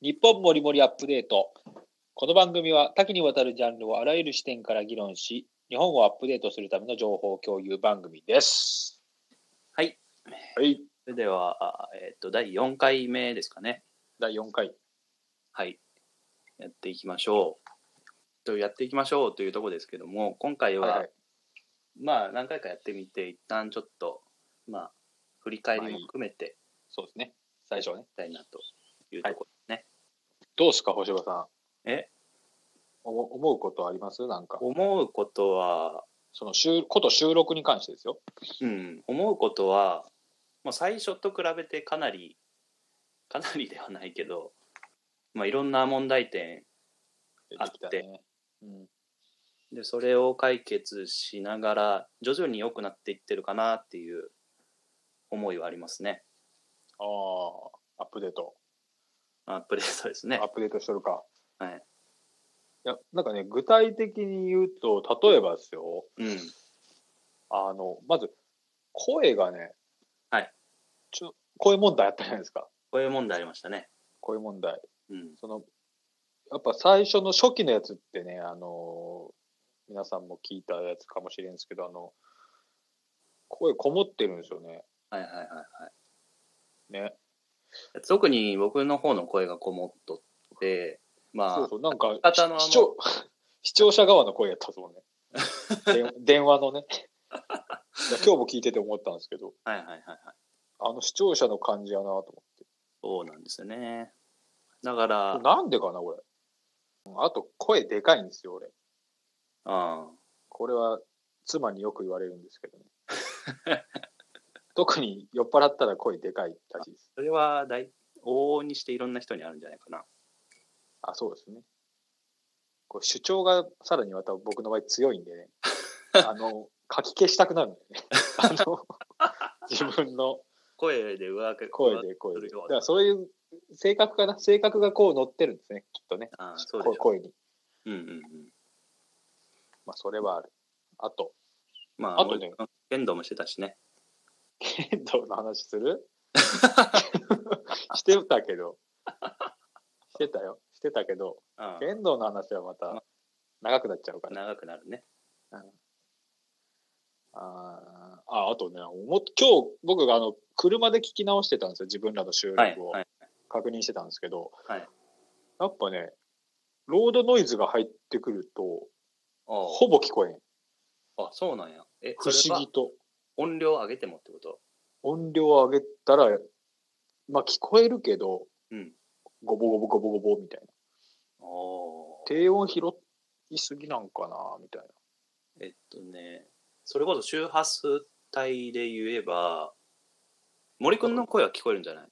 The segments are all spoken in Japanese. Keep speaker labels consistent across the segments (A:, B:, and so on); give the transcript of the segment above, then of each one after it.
A: 日本もりもりアップデート。この番組は多岐にわたるジャンルをあらゆる視点から議論し、日本をアップデートするための情報共有番組です。
B: はい。
A: はい。
B: それでは、あえっと、第4回目ですかね。
A: 第4回。
B: はい。やっていきましょう。とやっていきましょうというところですけども、今回は、
A: はいはい
B: まあ、何回かやってみて、一旦ちょっと、まあ、振り返りも含めて、
A: そうですね。最初はね
B: い。きたいなというところ。
A: どうですか、星葉さん。
B: え
A: おも思うことありますなんか。
B: 思うことは、
A: その収、こと収録に関してですよ。
B: うん、思うことは、まあ、最初と比べてかなり、かなりではないけど、まあ、いろんな問題点
A: 出てきたね。うん。
B: でそれを解決しながら徐々に良くなっていってるかなっていう思いはありますね
A: ああ、アップデート。
B: アップデートですね
A: アップデートしとるか。
B: はい、
A: いや、なんかね、具体的に言うと、例えばですよ、
B: うん
A: あの、まず、声がね、
B: はい。
A: ちょ、声問題あったじゃないですか。
B: こういう問題ありましたね
A: 声問題。
B: うん
A: その、やっぱ最初の初期のやつってね、あの、皆さんも聞いたやつかもしれんですけど、あの、声こもってるんですよね。
B: はいはいはいは
A: ね。
B: い特に僕の方の声がこもっとってまあ
A: そうそう、なんか、
B: 方のあの
A: 視聴、 視聴者側の声やったぞ ね。電電話のね。いや今日も聞いてて思ったんですけど、
B: はいはいはいはい
A: あの視聴者の感じやなと思って。
B: そうなんですよねだから
A: なんでかな、これ。あと、声でかいんですよ、俺。
B: あ
A: これは、妻によく言われるんですけどね。特に酔っ払ったら声でかいらしいです。
B: それは大往々にしていろんな人にあるんじゃないかな
A: あ、そうですね。こう主張がさらにまた僕の場合強いんでね。あの、書き消したくなるんだよね。あの、自分の
B: 声で上書き
A: 声で声で。
B: 上手くするよ
A: だ
B: うな
A: からそういう性格かな。性格がこう乗ってるんですね、きっとね。
B: ああそうでしょ
A: 声に。
B: う、うんうんうん、
A: まあ、それはある。あと、
B: まあ
A: あとね
B: 俺剣道もしてたしね
A: 剣道の話するしてたけど。してたよ。してたけど、
B: ああ
A: 剣道の話はまた長くなっちゃうから。
B: 長くなるね
A: あーあ、あとね、思っ今日僕があの車で聞き直してたんですよ。自分らの収録
B: はい
A: を
B: はい
A: 確認してたんですけど。
B: はい
A: やっぱね、ロードノイズが入ってくると、
B: あ
A: ほぼ聞こえん。
B: ああそうなんやえ
A: 不
B: それ
A: 思
B: は
A: 議と。
B: 音量上げてもってこと
A: 音量を上げたら、まあ聞こえるけど、
B: うん
A: ゴボゴボゴボゴボみたいな。
B: あ
A: 低音拾いすぎなんかな、みたいな。
B: えっとねそれこそ周波数帯で言えば森くんの声は聞こえるんじゃない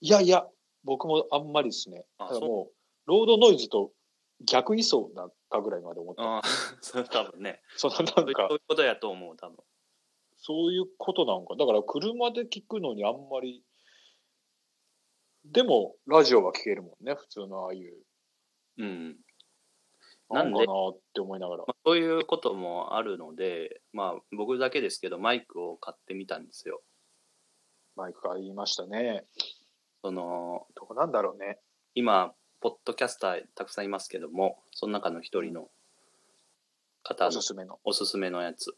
A: いやいや、僕もあんまりですね。
B: あ
A: だからもう、ロードノイズと逆位相だったぐらいまで思った。
B: ああ それ多分ね
A: そのな
B: そうんいう
A: か、
B: ことやと思う多分
A: そういうことなんか。だから車で聞くのにあんまり、でも、ラジオは聞けるもんね、普通のああいう。
B: うん、
A: な
B: なんん
A: か
B: で
A: なって思いながら
B: ま。あ、そういうこともあるのでまあ僕だけですけどマイクを買ってみたんですよ
A: マイクが言いましたね。
B: その
A: どうなんだろうね。
B: 今ポッドキャスターたくさんいますけどもその中の一人の方
A: お
B: の
A: すすめの。
B: おすすめのやつ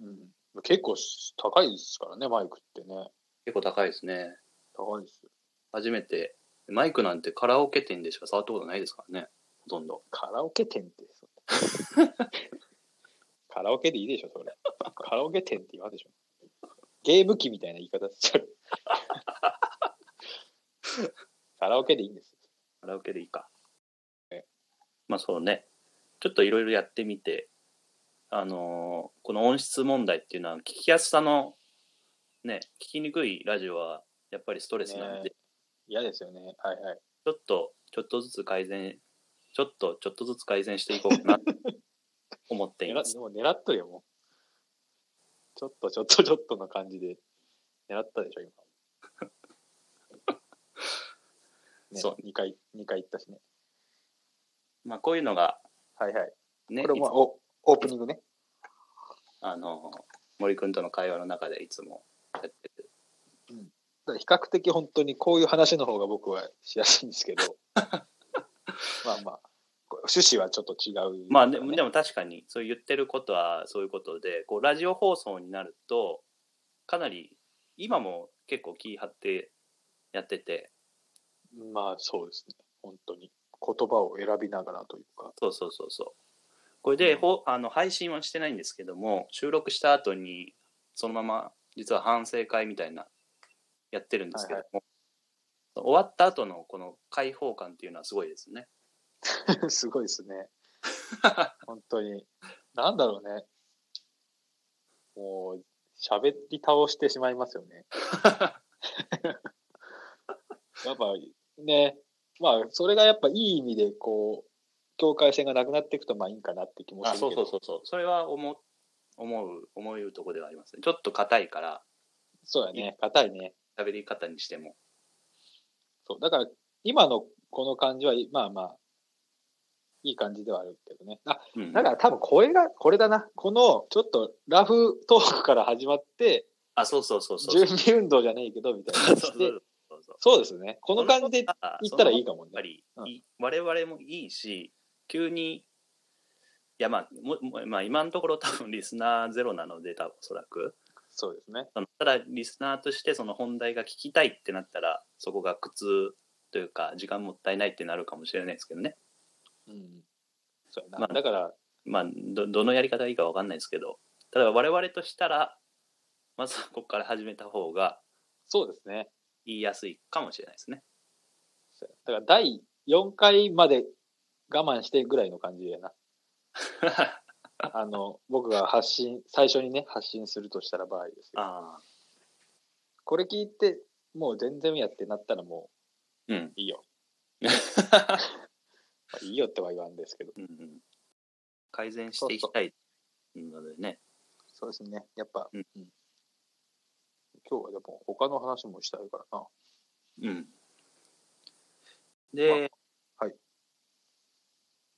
A: うん、結構高いですからね、マイクってね。
B: 結構高いですね
A: 高いですよ。
B: 初めてマイクなんてカラオケ店でしか触ったことないですからねほとんど
A: カラオケ店って。 カラオケでいいでしょ、それ。カラオケ店って言わんでしょ。ゲーム機みたいな言い方する。カラオケでいいんです。
B: カラオケでいいか
A: え
B: まあそうねちょっといろいろやってみてあのーこの音質問題っていうのは聞きやすさのね聞きにくいラジオはやっぱりストレスなので、
A: ね嫌ですよね。はいはい。
B: ちょっとちょっとずつ改善ちょっとちょっとずつ改善していこう かなと思ってい
A: 狙
B: ま
A: っ
B: す
A: もう狙っとるよ、もう。ちょっとちょっとちょっとの感じで狙ったでしょ、今。ね、
B: そう
A: 2回、二回行ったしね。
B: まあこういうのが
A: はいはい。
B: ね
A: これも
B: いつ
A: おオープニングね。
B: あのー森くんとの会話の中でいつもやってる、
A: うんだから比較的本当にこういう話の方が僕はしやすいんです けど、まあまあ、こう趣旨はちょっと違う、
B: まあでもで
A: も、
B: も確かにそう言ってることはそういうことでこうラジオ放送になるとかなり今も結構気張ってやってて
A: まあそうですね、本当に。言葉を選びながらというか、
B: そうそうそうそうこれで、ほあの配信はしてないんですけども収録した後にそのまま実は反省会みたいなやってるんですけども、終わった後のこの開放感っていうのはすごいですね
A: すごいですね。本当に。なんだろうね。もう、喋り倒してしまいますよ ね。やっぱね、まあ、それがやっぱいい意味で、こう、境界線がなくなっていくと、まあいいんかなって気もす
B: あ
A: るけど。
B: そうそうそうそうそれは思う思う思うとこではありますねちょっと硬いから
A: そうだね。硬いね。
B: 喋り方にしても
A: そう。だから、今のこの感じは、まあまあ、いい感じではあるけどね。あ、
B: うん
A: だから多分これが、これだな。この、ちょっとラフトークから始まって、
B: あ、そうそうそうそう。
A: 準備運動じゃねえけど、みたい な
B: そ
A: 感じ
B: うそうそ
A: で。
B: うそう
A: そうですね。この感じで
B: そ方が
A: 行ったらいいかもね
B: その。方がやっぱり、
A: う
B: い我々もいいし、急に、いやまあ、ももまあ、今のところ 多分リスナーゼロなので、多分おそらく。
A: そうですね。
B: そのただ、リスナーとしてその本題が聞きたいってなったら、そこが苦痛というか、時間もったいないってなるかもしれないですけどね。
A: うん。そうやな。
B: まあ
A: だから、
B: まあ、どどのやり方がいいかわかんないですけど、ただ我々としたら、まずはここから始めた方が
A: そうですね。
B: 言いやすいかもしれないですね。
A: そうやだから、第4回まで我慢してぐらいの感じやな。あ の、僕が発信、最初にね、発信するとしたら場合ですよ。
B: ああ、
A: これ聞いて、もう全然やってなったらも
B: うん。
A: ういい よ。まあいいよっては言わんですけど。
B: うんうん改善していきたいのでね
A: そうですね。やっぱ、
B: うん
A: うん今日はでも他の話もしたいからな。
B: うんで、
A: まあはい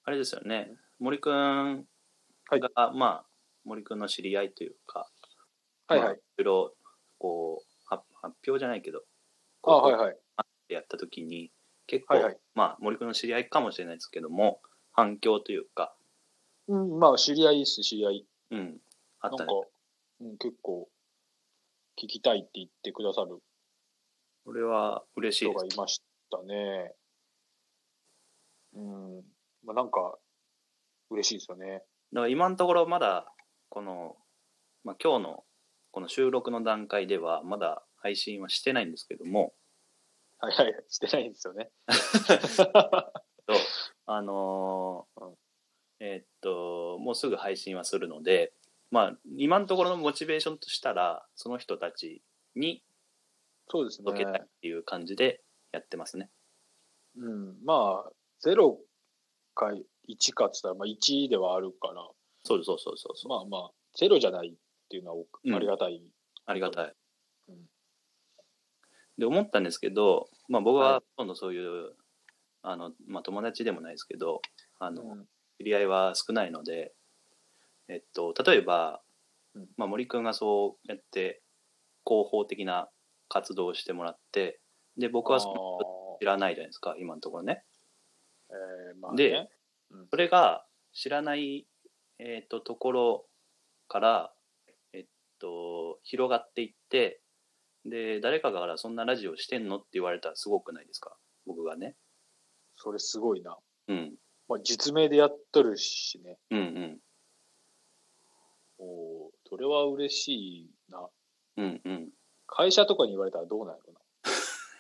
B: あれですよね森くんが、まあ森くんの知り合いというか
A: はいは
B: まあ
A: い。
B: ろいろこう発発表じゃないけど
A: あ、はいはい。
B: い、やった時に結構、
A: はいはい。
B: まあ森くんの知り合いかもしれないですけども反響というか、
A: うん、まあ、知り合いっす、知り合い。
B: うん、あ
A: な
B: っ
A: ん
B: た
A: か
B: ね、
A: うん、結構、聞きたいって言ってくださる
B: これは嬉しい
A: 人
B: で
A: が
B: す
A: いましたね。うん、まあ、なんか、嬉しいですよね。
B: だから今のところまだこの、まあ、今日のこの収録の段階ではまだ配信はしてないんですけども
A: はいはい、してないんですよ ね。
B: あのー
A: うん
B: えーっともうすぐ配信はするのでまあ今のところのモチベーションとしたらその人たちに
A: そうです
B: 届け
A: ね
B: たい。っていう感じでやってますね。
A: うん、まあ、0か1かっつったら、まあ、1ではあるから、
B: そうそうそうそうそう
A: まあまあ、0じゃないっていうのはお
B: うん
A: ありがたい。
B: ありがたい。
A: うん
B: で思ったんですけど、まあ、僕
A: は
B: はいほとんどそういう、あのまあ、友達でもないですけどあの、
A: うん
B: 知り合いは少ないので、えっと、例えば
A: うん、
B: まあ、森くんがそうやって広報的な活動をしてもらってで僕はその知らないじゃないですか今のところね。
A: あーえーまあ
B: で
A: ね、
B: それが知らない、えっとところから、えっと広がっていってで誰かから「そんなラジオしてんの?」って言われたらすごくないですか僕がね。
A: それすごいな。
B: うん、
A: まあ、実名でやっとるしね。
B: うん、うん
A: おお、それは嬉しいな。
B: うんうん
A: 会社とかに言われたらどうなんやろ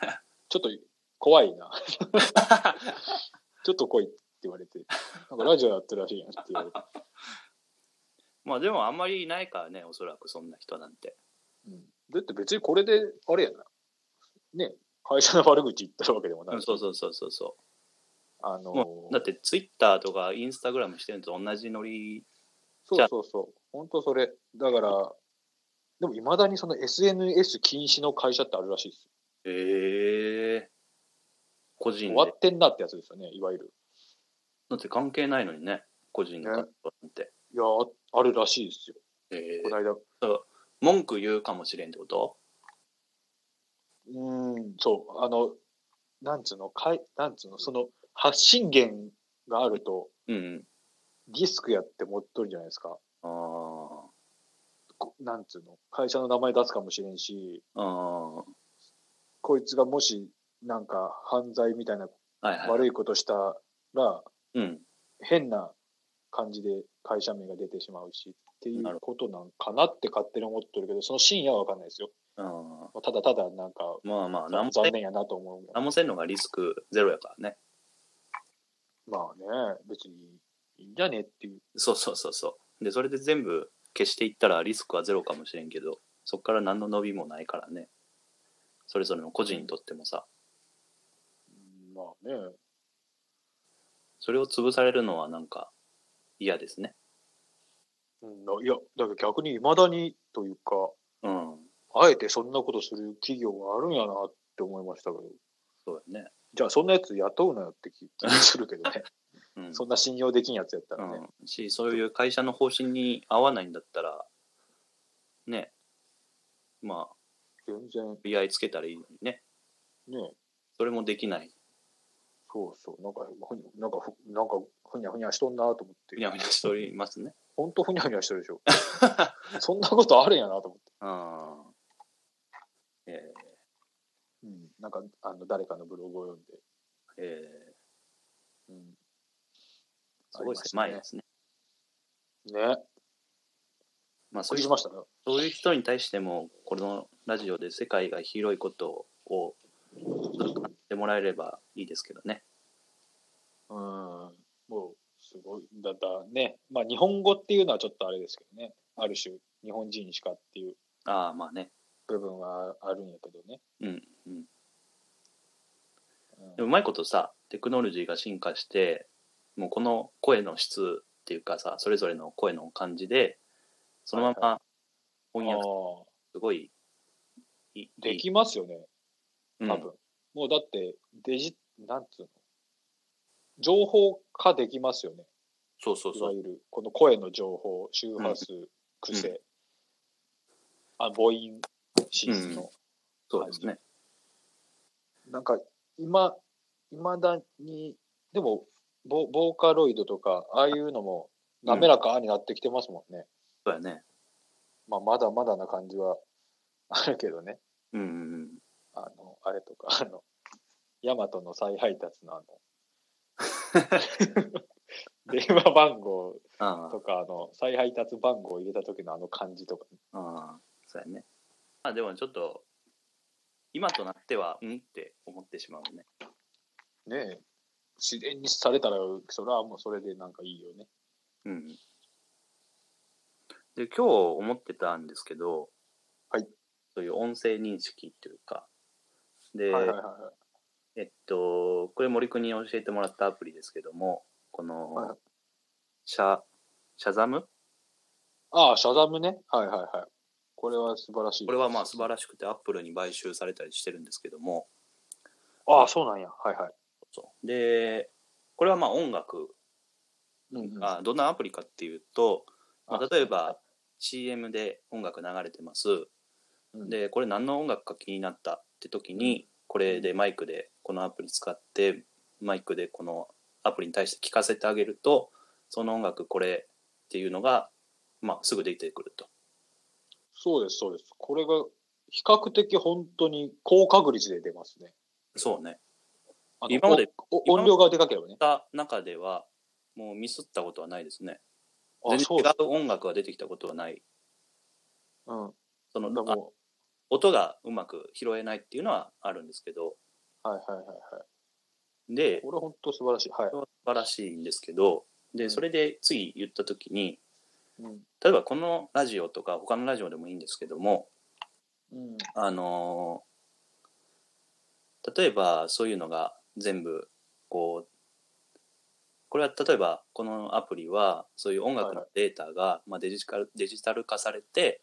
A: な。 ちょっと怖いな。ちょっと来いって言われて、なんかラジオやってるらしいやんって言われて。
B: まあでもあんまりいないからねおそらくそんな人なんて。
A: うん、だって別にこれで、あれやな。ね、会社の悪口言ってるわけでもな
B: う
A: い
B: ん、
A: し。
B: そうそうそうそうそう。
A: あのー
B: もうだってツイッターとかインスタグラムしてるのと同じノリ
A: そうそうそう。本当それ。だから、でもいまだにその SNS 禁止の会社ってあるらしいですよ。
B: へえ個
A: 終
B: 人で
A: わってんなってやつですよね、いわゆる。
B: だって関係ないのにね個人の活動なんて、
A: いやー、あるらしいですよ。
B: へえ
A: この間、
B: 文句言うかもしれんってこと
A: うん、そう、あの、なんつうの、かいなんつうの、その、発信源があると、
B: うん。
A: ディスクやって持っとるじゃないですか。
B: ああ。
A: こなんつうの、会社の名前出すかもしれんし、
B: ああ。は
A: こいつがもし、なんか、犯罪みたいない
B: はい。
A: 悪いことしたら、
B: うん。
A: 変な感じで会社名が出てしまうし、ってい
B: なる
A: うことなんかなって勝手に思ってるけど、その深夜はわかんないですよ。
B: ああ。
A: ただただ、なんか、
B: まあまあ、なんもせ
A: 残
B: ん
A: 念やなと思うぐらい
B: なんもせんのがリスクゼロやからね。
A: まあね、別にいいんじゃねっていう。
B: そうそうそうそう。で、それで全部消していったらリスクはゼロかもしれんけど、そこから何の伸びもないからね。それぞれの個人にとってもさ、
A: うんまあね、
B: それを潰されるのはなんか嫌ですね。
A: うんないや、だから逆に未だにというか、
B: うん。
A: あえてそんなことする企業があるんやなって思いましたけど、
B: そうやね。
A: じゃあそんなやつ雇うなよって気気がするけど ね、
B: うん。
A: そんな信用できんやつやったらね、
B: うん、し、そういう会社の方針に合わないんだったら、ね、まあ、
A: 全然
B: BI つけたらいいのにね。
A: ね、
B: それもできない。
A: そうそう、なんかふに、なんかふ、なんかふにゃふにゃしとんなと思っ
B: ふにゃ
A: て、
B: ふにゃしておりますね。
A: ほんとふにゃふにゃしてるでしょ。 そんなことあるんやなと思って、
B: うん。え
A: うん、なんかあの誰かのブログを読んで、
B: ー、えー、
A: うん、
B: すごい狭いですね。
A: ね。ね、
B: ま
A: び
B: あ、
A: っく
B: そう
A: り
B: いう
A: しましたね。
B: そういう人に対してもこのラジオで世界が広いことを感じてもらえればいいですけどね。
A: うん、もうすごいだだね、まあ、日本語っていうのはちょっとあれですけどねある種日本人にしかっていう
B: ああまあね。
A: 部分はあるんやけどね、
B: うんうん。
A: うん
B: でもうまいことさテクノロジーが進化してもうこの声の質っていうかさそれぞれの声の感じでそのま
A: は
B: ま翻訳
A: あ
B: すごいいい
A: ーできますよね
B: う
A: 多
B: ん
A: 分、もうだってデジなんつうの情報化できますよね
B: そうそう
A: い
B: そ
A: わ
B: う
A: ゆるこの声の情報周波数、癖、あ母音シーズの、
B: そうですね。
A: なんか今いまだにでもボボーカロイドとかああいうのも滑らかになってきてますもんね、
B: そうやね。
A: まあ、まだまだな感じはあるけどね
B: うんうんうん。
A: あのあれとかあのヤマトの再配達のあの電話番号
B: あ
A: とかあの再配達番号を入れた時のあの感じとか、
B: あああそうやね。まあでもちょっと今となってはうんって思ってしまうね。
A: ねえ自然にされたらそれはもうそれでなんかいいよね
B: うん。で、今日思ってたんですけど、
A: はい。
B: そういう音声認識というか、で、
A: はいはいはいはい
B: えっと、これ森くんに教えてもらったアプリですけども、こ
A: はい
B: の、シャ、シャザム
A: ああ、シャザムね。はいはいはい。これは素晴らしい。
B: これはまあ素晴らしくて、アップルに買収されたりしてるんですけども、
A: ああ、そうなんや。はいはい。
B: そうで、これはまあ音楽
A: うんうん
B: がどんなアプリかっていうと、まあ
A: あ
B: 例えば CM で音楽流れてます。
A: うん
B: でこれ何の音楽か気になったって時にこれでマイクでこのアプリ使ってマイクでこのアプリに対して聞かせてあげるとその音楽これっていうのが、まあ、すぐ出てくると。
A: そうです、そうです。これが比較的本当に高確率で出ますね。
B: そうね。
A: あの
B: 今まで
A: おお
B: 今ま
A: 音
B: で
A: 量がでかければね。
B: た中ではもうミスったことはないですね。
A: あ
B: 全然
A: そう
B: 違
A: です。
B: う音楽が出てきたことはない。
A: うん。
B: その
A: で
B: あ
A: も、
B: 音がうまく拾えないっていうのはあるんですけど
A: はいはいはいは
B: で
A: い。これ本当素晴らしい。はい
B: これ。は素晴らしいんですけど
A: う
B: で
A: ん
B: それで次言った時に
A: うん。
B: 例えばこのラジオとか他のラジオでもいいんですけども、
A: うん。
B: あのー例えばそういうのが全部こうこれは例えばこのアプリはそういう音楽のデータが、まあ、デジカルデジタル化されて、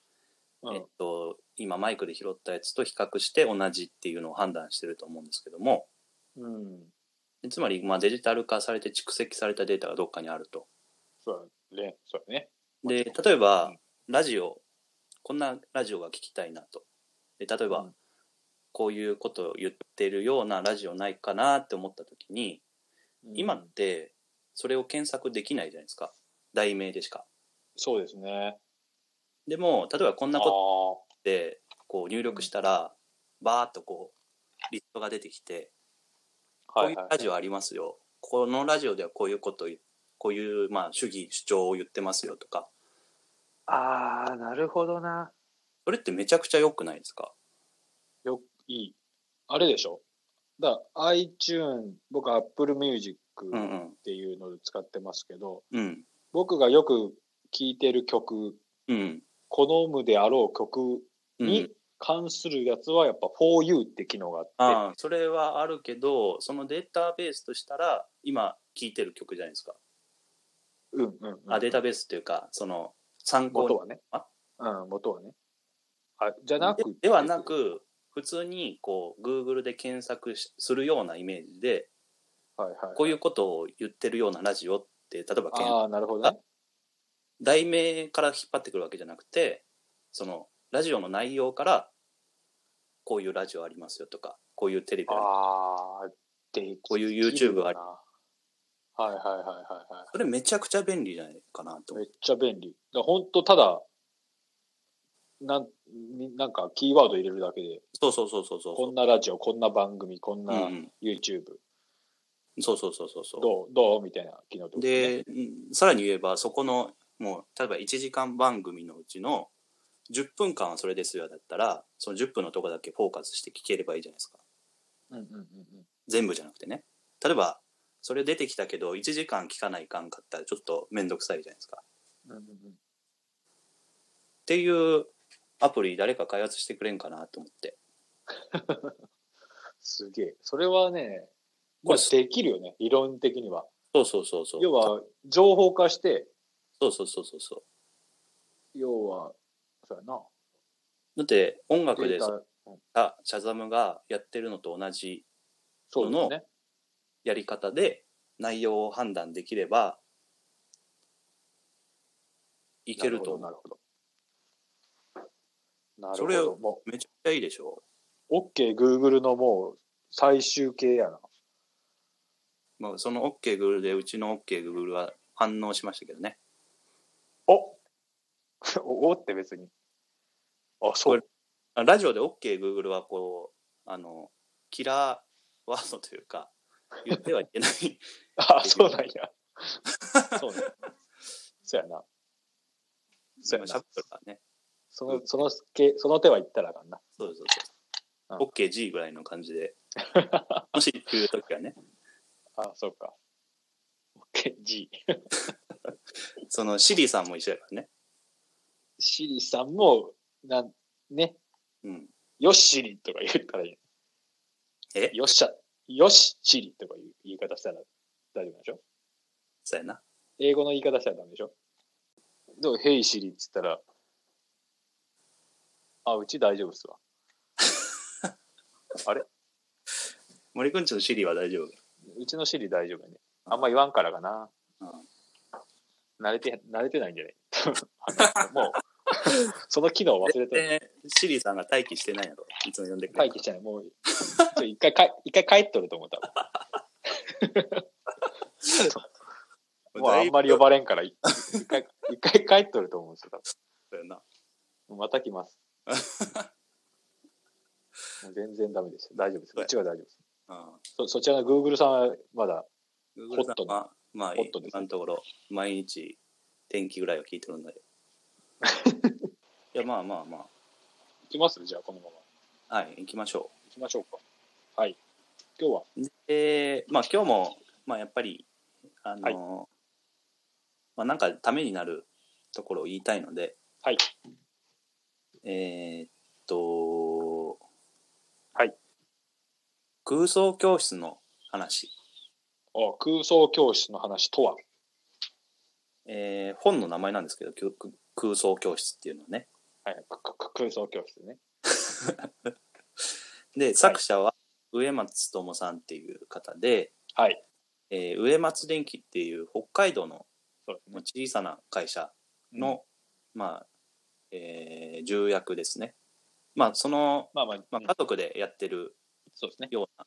A: う
B: えっ
A: ん。
B: と、今マイクで拾ったやつと比較して同じっていうのを判断してると思うんですけども
A: うん。
B: でつまりまあデジタル化されて蓄積されたデータがどっかにあると。
A: そうだね。そうだね。
B: で例えば、
A: うん
B: ラジオこんなラジオが聞きたいなとで例えば、
A: うん
B: こういうことを言ってるようなラジオないかなって思った時に今
A: うん
B: ってそれを検索できないじゃないですか題名でしか。
A: そうですね。
B: でも例えばこん
A: あ
B: な
A: あ
B: ことってこう入力したらバーッとこうリストが出てきてこう
A: はいいうは
B: ラジオありますよ。このラジオではこういうことを言う、こういう、まあ、主義、主張を言ってますよとか、
A: い。ああ、なるほどな。
B: それってめちゃくちゃ良くないですか
A: よ、いい。あれでしょだから iTune、僕 Apple Music
B: うんう
A: っ
B: ん。
A: ていうので使ってますけど、
B: うん。
A: 僕がよく聴いてる曲、
B: うん。
A: 好むであろう曲
B: う
A: に
B: ん、
A: 関するやつはやっぱ For You って機能があって、
B: ああそれはあるけどそのデータベースとしたら今聴いてる曲じゃないですか、
A: うんうんうん、
B: あデータベースというかその参考
A: 元
B: に
A: はね
B: あ。
A: うん、元はね。あ、じゃなくて
B: でではな。く普通にこう Google で検索しするようなイメージで
A: はいはい。
B: こういうことを言ってるようなラジオって例えば検
A: ああ、なるほどね。
B: 題名から引っ張ってくるわけじゃなくてそのラジオの内容からこういうラジオありますよとかこういうテレビあり
A: ああ、で、
B: こういう YouTube がある
A: はいはいはいはいは
B: それめちゃくちゃ便利じゃないかなと
A: い。め
B: 思
A: っちゃ便利。だ本当ただ、なん、になんかキーワード入れるだけで、
B: うそうそうそうそう
A: こ
B: そ
A: んなラジオ、こんな番組、こん
B: う、うんう、
A: なん YouTube、
B: そうそうそうそうそ
A: どうどうみたいな機能って
B: う
A: ことね、
B: でうんさらに言えばそこのもう例えば1時間番組のうちの10分間はそれですよだったらその10分のとこだけフォーカスして聞ければいいじゃないですか
A: うんうんうんうん。
B: 全部じゃなくてね例えばそれ出てきたけど1時間聞かないかんかったらちょっと面倒くさいじゃないですか
A: うんうんうん
B: っていうアプリ誰か開発してくれんかなと思って
A: すげえ。それはね、こ
B: これ
A: れできるよね、理論的には。
B: そうそうそうそう
A: 要は、情報化して、
B: そうそうそうそうそ
A: 要は、そうやな。
B: うだって音楽
A: デ
B: で
A: ータ
B: さあシャザムがやってるのと同じ
A: そうですね。
B: やり方で内容を判断できればい
A: い
B: けると思
A: な
B: う
A: るほど。なる
B: そ
A: ほ
B: れ
A: ど。
B: を
A: も
B: めちゃくちゃいいでしょ、
A: う、OK、Google のもう、最終形やな。
B: まあ、その OKGoogle でうちの OKGoogle は反応しましたけどね
A: お おおって別に。あ、そう。
B: あラジオで OKGoogle はこうあのキラーワードというか言ってはいけない
A: あ、そうなんや。そうね。そうやな。そうや
B: しゃ
A: な
B: べ。ってるからね
A: その、そのけ、その手は言ったらあかんな。
B: そうそ
A: う
B: う
A: ん
B: そう。OKG ぐらいの感じで。 もし言うときはね、
A: あ、そうか。OK、G。
B: そのシリーさんも一緒やからね。
A: シリさんも、なん、ね、
B: うん。
A: よっしりとか言ったらいい。
B: え
A: よっしゃ、よっしりとかいう言い方したら大丈夫なんでしょ
B: そうやな。
A: 英語の言い方したらダメでしょどうヘイシリって言ったら、あ、うち大丈夫っすわ。あれ
B: 森くんちのシリは大丈夫。
A: うちのシリ大丈夫やね。あんま言わんからかな。
B: うん
A: 慣れて、慣れてないんじゃないあのもう、その機能忘れて
B: で、シリさんが待機してないやろ。いつも呼んでく
A: 待
B: れるか
A: 機してない。もう、ちょ一回か、一回帰っとると思った。
B: ら。
A: もうあんまり呼ばれんから、い一回、一回帰っとると思うんですよ、多
B: れな。
A: 分また来ます。 もう全然ダメです。大丈夫です。うちは大丈夫です。
B: う
A: そそちらの Google さんはまだ、
B: ん。
A: ホットな
B: Google さんはまあ、
A: ホットですね
B: 今のところ、毎日、天気ぐらいは聞いてるんだ けど。いや、まあまあま
A: 行きますじゃあこのまま。
B: あ。はい、行きましょう。
A: 行きましょうか。はい。今日は、
B: で、まあ、今日も、まあ、やっぱりあの、
A: はい
B: まあ、なんかためになるところを言いたいので、
A: はい、
B: えーっと、
A: はい、
B: 空想教室の話、
A: あ空想教室の話とは、
B: えー本の名前なんですけどきゅく空想教室っていうのはね
A: はい、くくく空想教室ね。
B: で作者は植松智さんっていう方で、
A: はい。
B: えー植松電機っていう北海道の
A: そうです
B: もう
A: ね。
B: 小さな会社の、まあ、えー重役ですね。まあその、
A: まあまあ、
B: まあ、
A: うん
B: 家族でやってる
A: そうですね。
B: ような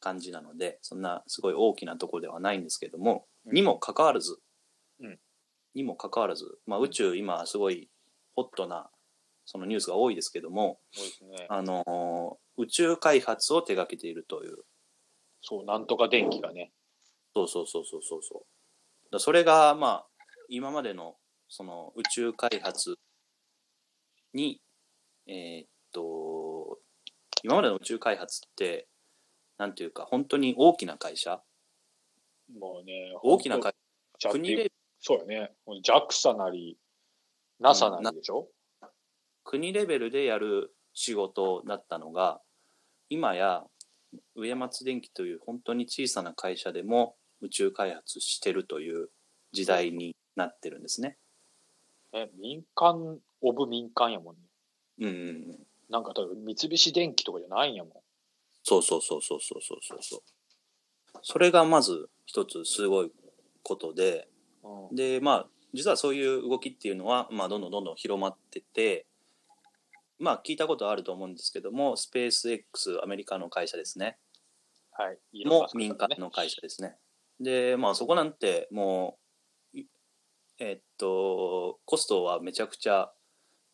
B: 感じなのでそんなすごい大きなところではないんですけども、
A: うん
B: にもかかわらず、
A: うん
B: にもかかわらず、まあ、宇宙今すごいホットなそのニュースが多いですけども、
A: そうですね。
B: あのー宇宙開発を手掛けているという
A: そう、なんとか電気がね。
B: そうそうそうそうそうそうだからそれがまあ今までのその宇宙開発にえーっと今までの宇宙開発ってなんていうか本当に大きな会社
A: もうね、
B: 大きな会
A: 社
B: 国で
A: そうやね。JAXA なり、NASA なりでしょ、
B: 国レベルでやる仕事だったのが今や上松電機という本当に小さな会社でも宇宙開発してるという時代になってるんですね。
A: ね民間、オブ民間やもんね。
B: うんうんうん、
A: なんか多分三菱電機とかじゃないんやもん。
B: そうそうそうそうそうそうそうそう。それがまず一つすごいことで、
A: うん
B: で、まあ、実はそういう動きっていうのは、まあ、どんどんどんどん広まってて、まあ、聞いたことあると思うんですけども、スペース X、アメリカの会社ですね、
A: はい。イーロン
B: も
A: マスク
B: 民
A: さん
B: 間
A: ね
B: の会社ですね。で、まあ、そこなんて、もう、いえっと、コストはめちゃくちゃ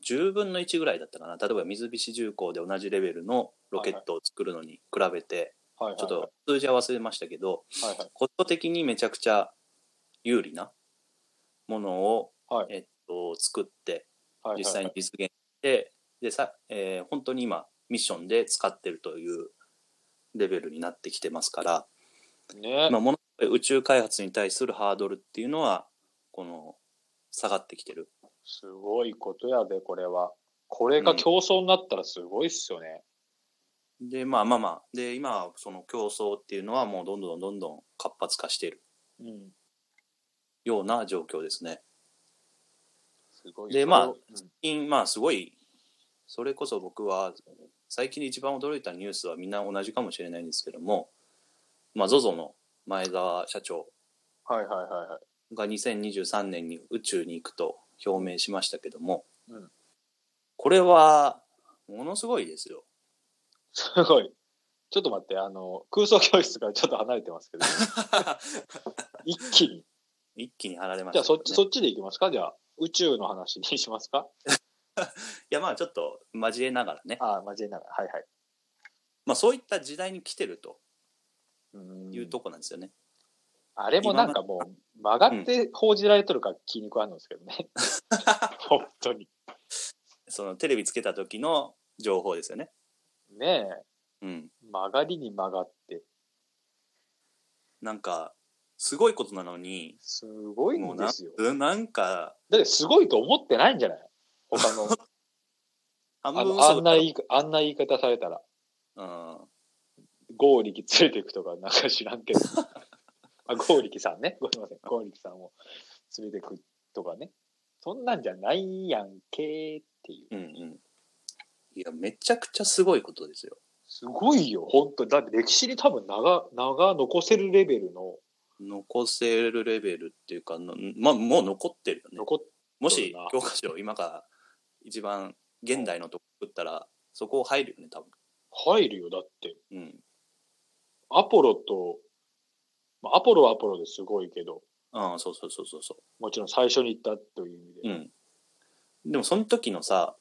B: 10分の1ぐらいだったかな。例えば、三菱重工で同じレベルのロケットを作るのに比べて、
A: はいはいはい、
B: ちょっと数字は忘れましたけど、
A: はいはい
B: コスト的にめちゃくちゃ有利なものを、
A: はい
B: えっと、作って、
A: はいはいはい
B: 実際に実現して、でさえー本当に今、ミッションで使ってるというレベルになってきてますから、
A: ね、
B: まあ、もの宇宙開発に対するハードルっていうのは、この、下がってきてる。
A: すごいことやで、これは。これが競争になったらすごいっすよね。
B: で、まあまあまあ、で、今、その競争っていうのは、もうどんどんどんどん活発化している
A: うん。
B: ような状況ですね。
A: すごい。
B: でまあ
A: それをうん
B: 最近まあすごいそれこそ僕は最近で一番驚いたニュースはみんな同じかもしれないんですけども、まあ、ZOZO の前澤社長
A: はいはいはいはい。
B: が2023年に宇宙に行くと表明しましたけども、
A: うん
B: これはものすごいですよ。
A: すごい。ちょっと待って、あの、空想教室からちょっと離れてます けど、一気に。
B: 一気に離れまし
A: じゃあ
B: たけど
A: そ
B: ね、
A: っち、そっちでいきますかじゃあ、宇宙の話にしますか
B: いやまあちょっと交えながらね、
A: ああ、交えながら。はいはい。
B: まあ、そういった時代に来てると
A: う
B: い
A: ー
B: うんとこなんですよね。
A: あれもなんかもう、曲がって報じられとるから気に食わんのですけどね。 本当に。
B: そのテレビつけた時の情報ですよね。
A: ねえ、
B: うん
A: 曲がりに曲がって、
B: なんか、すごいことなのに、
A: すごい
B: もうんな
A: ですよ。
B: うんなんか、
A: だってすごいと思ってないんじゃない他 の、
B: 半
A: あ
B: 分
A: の
B: 嘘
A: あんな言い、あんな言い方されたら、
B: うん、
A: ゴーリキ連れていくとかなんか知らん けど。あ、ゴーリキさんね。ごめんなさい。ゴーリキさんを連れてくとかね。そんなんじゃないやんけーっていう。
B: うん、うん。いや、めちゃくちゃすごいことですよ。
A: すごいよ、本当にだって歴史に多分名が、名が残せるレベルの、
B: 残せるレベルっていうか、のまあ、もう残ってるよね。
A: 残っ
B: も
A: そ
B: し
A: うだな
B: 教科書を今から一番現代のとこ打ったら、そこ入るよね、多分。
A: 入るよ、だって。
B: うん。
A: アポロと、まあ、アポロはアポロですごいけど、
B: ああ、そうそうそうそうそ
A: もちろん最初に行ったという意味で。
B: う。うん。でも、その時のさ、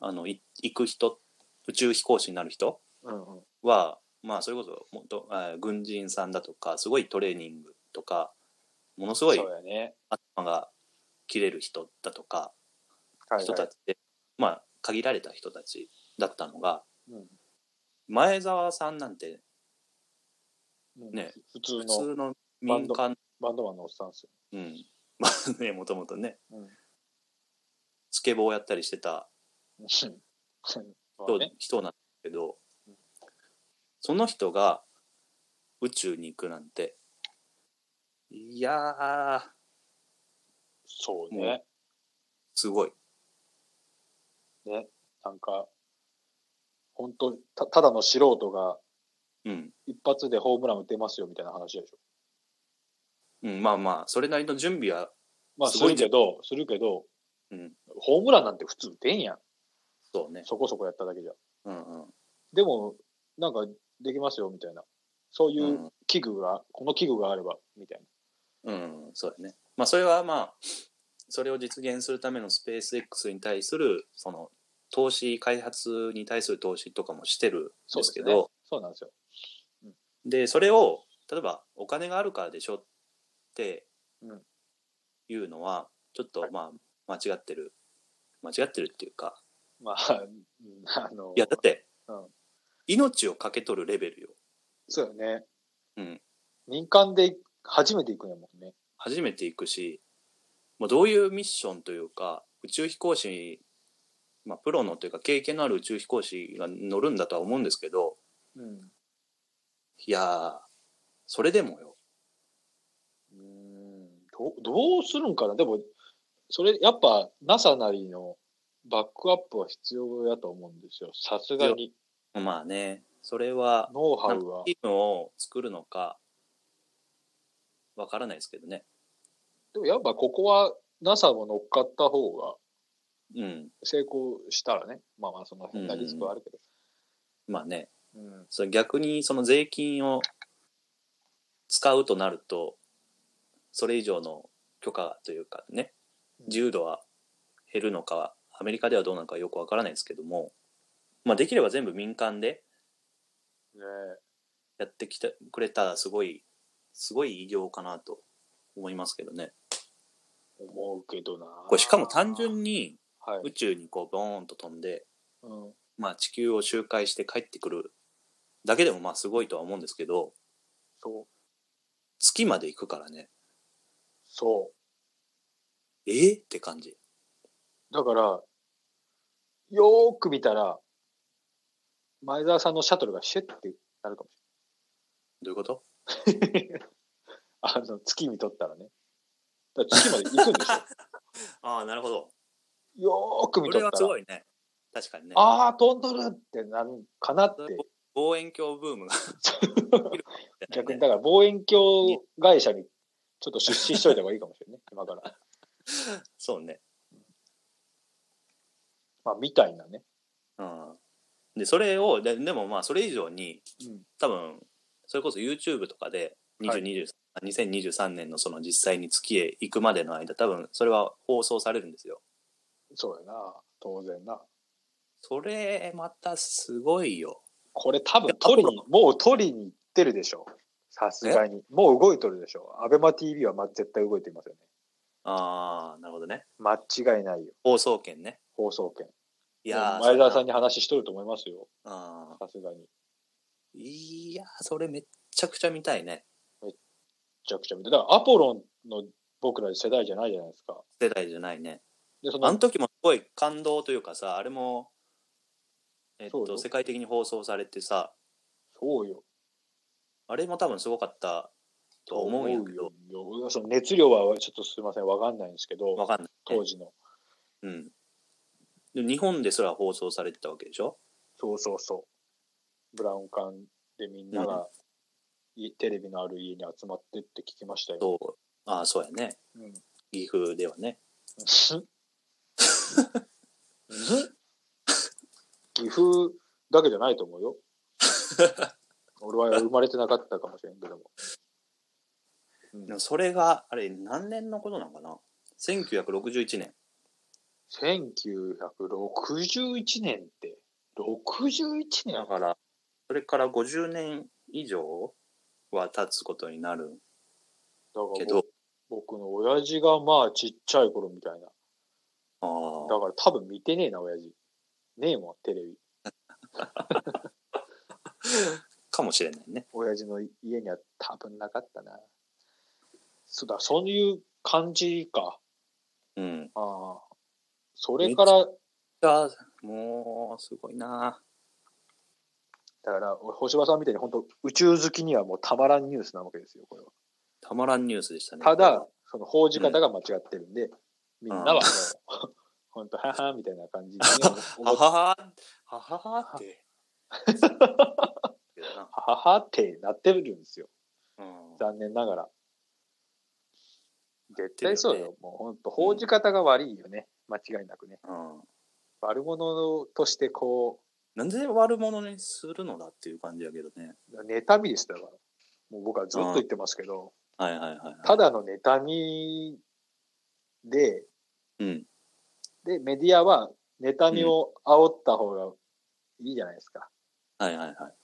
B: あの、い行く人、宇宙飛行士になる人、
A: うんうん。
B: は、まあ、それこそもっとあー軍人さんだとかすごいトレーニングとかものすごい
A: そうやね。
B: 頭が切れる人だとか、
A: はい、はい。
B: 人たちで、まあ、限られた人たちだったのが
A: うん
B: 前澤さんなんて
A: うん
B: ね
A: 普通
B: 普
A: の
B: 通の民間
A: バンドマンのおっさん ですよ。
B: うんまあねもともとね
A: うん
B: スケボーやったりしてた
A: ま
B: 人,、
A: あね、
B: 人なんだけどその人が宇宙に行くなんていやー
A: そう
B: も
A: ね。
B: すごい。
A: なんか、本当たただの素人が
B: うん
A: 一発でホームラン打てますよみたいな話でしょ。
B: うん、まあまあ、それなりの準備は、
A: まあ、
B: す
A: す
B: ごい
A: るけど、するけど、
B: うん
A: ホームランなんて普通打てんやん。
B: そうね。
A: そこそこやっただけじゃ。
B: うんうん。
A: でも、なんかできますよみたいな。そういうう器具が、この器具があれば、みたい
B: ん、うん、そうだね。まあ、それはまあ、それを実現するためのスペース X に対する、その、投資、開発に対する投資とかもしてるん
A: そう
B: で
A: ですす
B: け
A: ね
B: ど、
A: な。そうなんですよ。
B: でそれを例えばお金があるからでしょって
A: うん
B: いうのはちょっと
A: はい
B: まあ間違ってる間違ってるっていうか
A: まあ、うんあの、
B: いやだって
A: うん
B: 命を懸け取るレベルよ
A: そうよね。
B: うん。
A: 民間で初めて行くんやもんね。
B: 初めて行くしもうどういうミッションというか宇宙飛行士まあプロのというか経験のある宇宙飛行士が乗るんだとは思うんですけど
A: うん。う
B: いやーそれでもよ
A: ーんどうどうするんかなでも、それ、やっぱ NASA なりのバックアップは必要やと思うんですよ。さすがに。
B: まあねそれは
A: ノウハウは。
B: チームを作るのかわからないですけどね
A: でもやっぱここは NASA も乗っかった方が
B: うん
A: 成功したらね。まあまあその変なリスクはあるけど。
B: まあね
A: うん。
B: それ逆にその税金を使うとなるとそれ以上の許可というかね自由度は減るのかアメリカではどうなのかよくわからないですけども、まあ、できれば全部民間で
A: ね
B: やってきてくれたらすごいすごい偉業かなと思いますけどね
A: え思うけどな。
B: これしかも単純に
A: はい。
B: 宇宙にこうボーンと飛んで
A: うん。
B: まあ、地球を周回して帰ってくるだけでもまあすごいとは思うんですけど
A: そう。
B: 月まで行くからね
A: そう。
B: えー、って感じ
A: だから、よーく見たら、前澤さんのシャトルがシュッてなるかもし
B: どういうこと
A: れない。 あの、月見とったらね。だから月まで行くんでし
B: ああなるほど
A: ょ よーく見
B: ことれ
A: っ
B: は
A: た
B: す
A: ら、
B: ごいね確かにね
A: あー、飛んどるってなるかなって。
B: 望遠鏡ブームが
A: 逆に、だから望遠鏡会社にちょっと出資しといた方がいいかもしれないね。今から。
B: そうね、
A: まあ、みたいなね。
B: うん、でそれをででもまあそれ以上に
A: うん。
B: 多分それこそ YouTube とかで20、
A: はい
B: 20 2023年のその実際に月へ行くまでの間多分それは放送されるんですよ
A: そうやな。当然な。
B: それまたすごいよ
A: これ多分取りに、もう取りに行ってるでしょ。さすがに。もう動いとるでしょ。アベマ TV はま絶対動いていますよね。
B: ああなるほどね
A: 間違いないよ。
B: 放送権ね。
A: 放送権。
B: いやー
A: 前澤さんに話しとると思いますよ。
B: あ
A: さすがに。め
B: ーいやーそれめっちゃくちゃ見たいね。
A: ちゃくちゃ見て。だからアポロンの僕ら世代じゃないじゃないですか。
B: 世代じゃないね。
A: で、その、
B: あの時もすごい感動というかさ、あれも、えっ
A: そう
B: と、
A: よ
B: 世界的に放送されてさ、
A: そうよ。
B: あれも多分すごかったと思うんやけど、
A: 思うよ。その熱量はちょっとすみません。わかんないんですけ
B: わ
A: ど、
B: かんない、
A: 当時の。
B: うん。で日本ですら放送されてたわけでしょ
A: そうそうそう。ブラウン管でみんなが、いテレビのある家に集まってって聞きましたよ。
B: そう。ああ、そうやね。
A: うん
B: 岐阜ではね。
A: 岐阜だけじゃないと思うよ。俺は生まれてなかったかもしれんけども。うん
B: でもそれが、あれ、何年のことなのかな ?1961 年。
A: 1961年って、61年
B: だから、それから50年以上は経つことになるけ
A: け
B: ど、
A: 僕の親父がまあちっちゃい頃みたいな。
B: あ
A: だから多分見てねえな、親父。ねえもん、テレビ。
B: ーかもしれないね。
A: 親父の家には多分なかったな。そうだ、そういう感じか。
B: うん。
A: ああ。それから、
B: あもう、すごいな
A: だから、星葉さんみたいに本当宇宙好きにはもうたまらんニュースなわけですよ、これは。
B: たまらんニュースでしたね。
A: ただ、、その報じ方が間違ってるんで、みんなはもう、本当ははみたいな感じに思
B: は
A: って、は
B: はは、はははって。 けどな
A: ははってなってるんですよ。
B: うん
A: 残念ながら。絶
B: 対
A: 対
B: そ
A: そうう
B: よ
A: よ。もう本当報じ方が悪いよね。間違いなくね。
B: うん
A: 悪者としてこ
B: なんで悪者にするのだっていう感じやけどね。
A: う、妬みですだから。もう僕はずっと言ってますけど、
B: はいはいはいはい。
A: ただの妬みで、
B: うん。
A: で、メディアは妬みを煽った方がいいじゃないですか。
B: はいはいはい。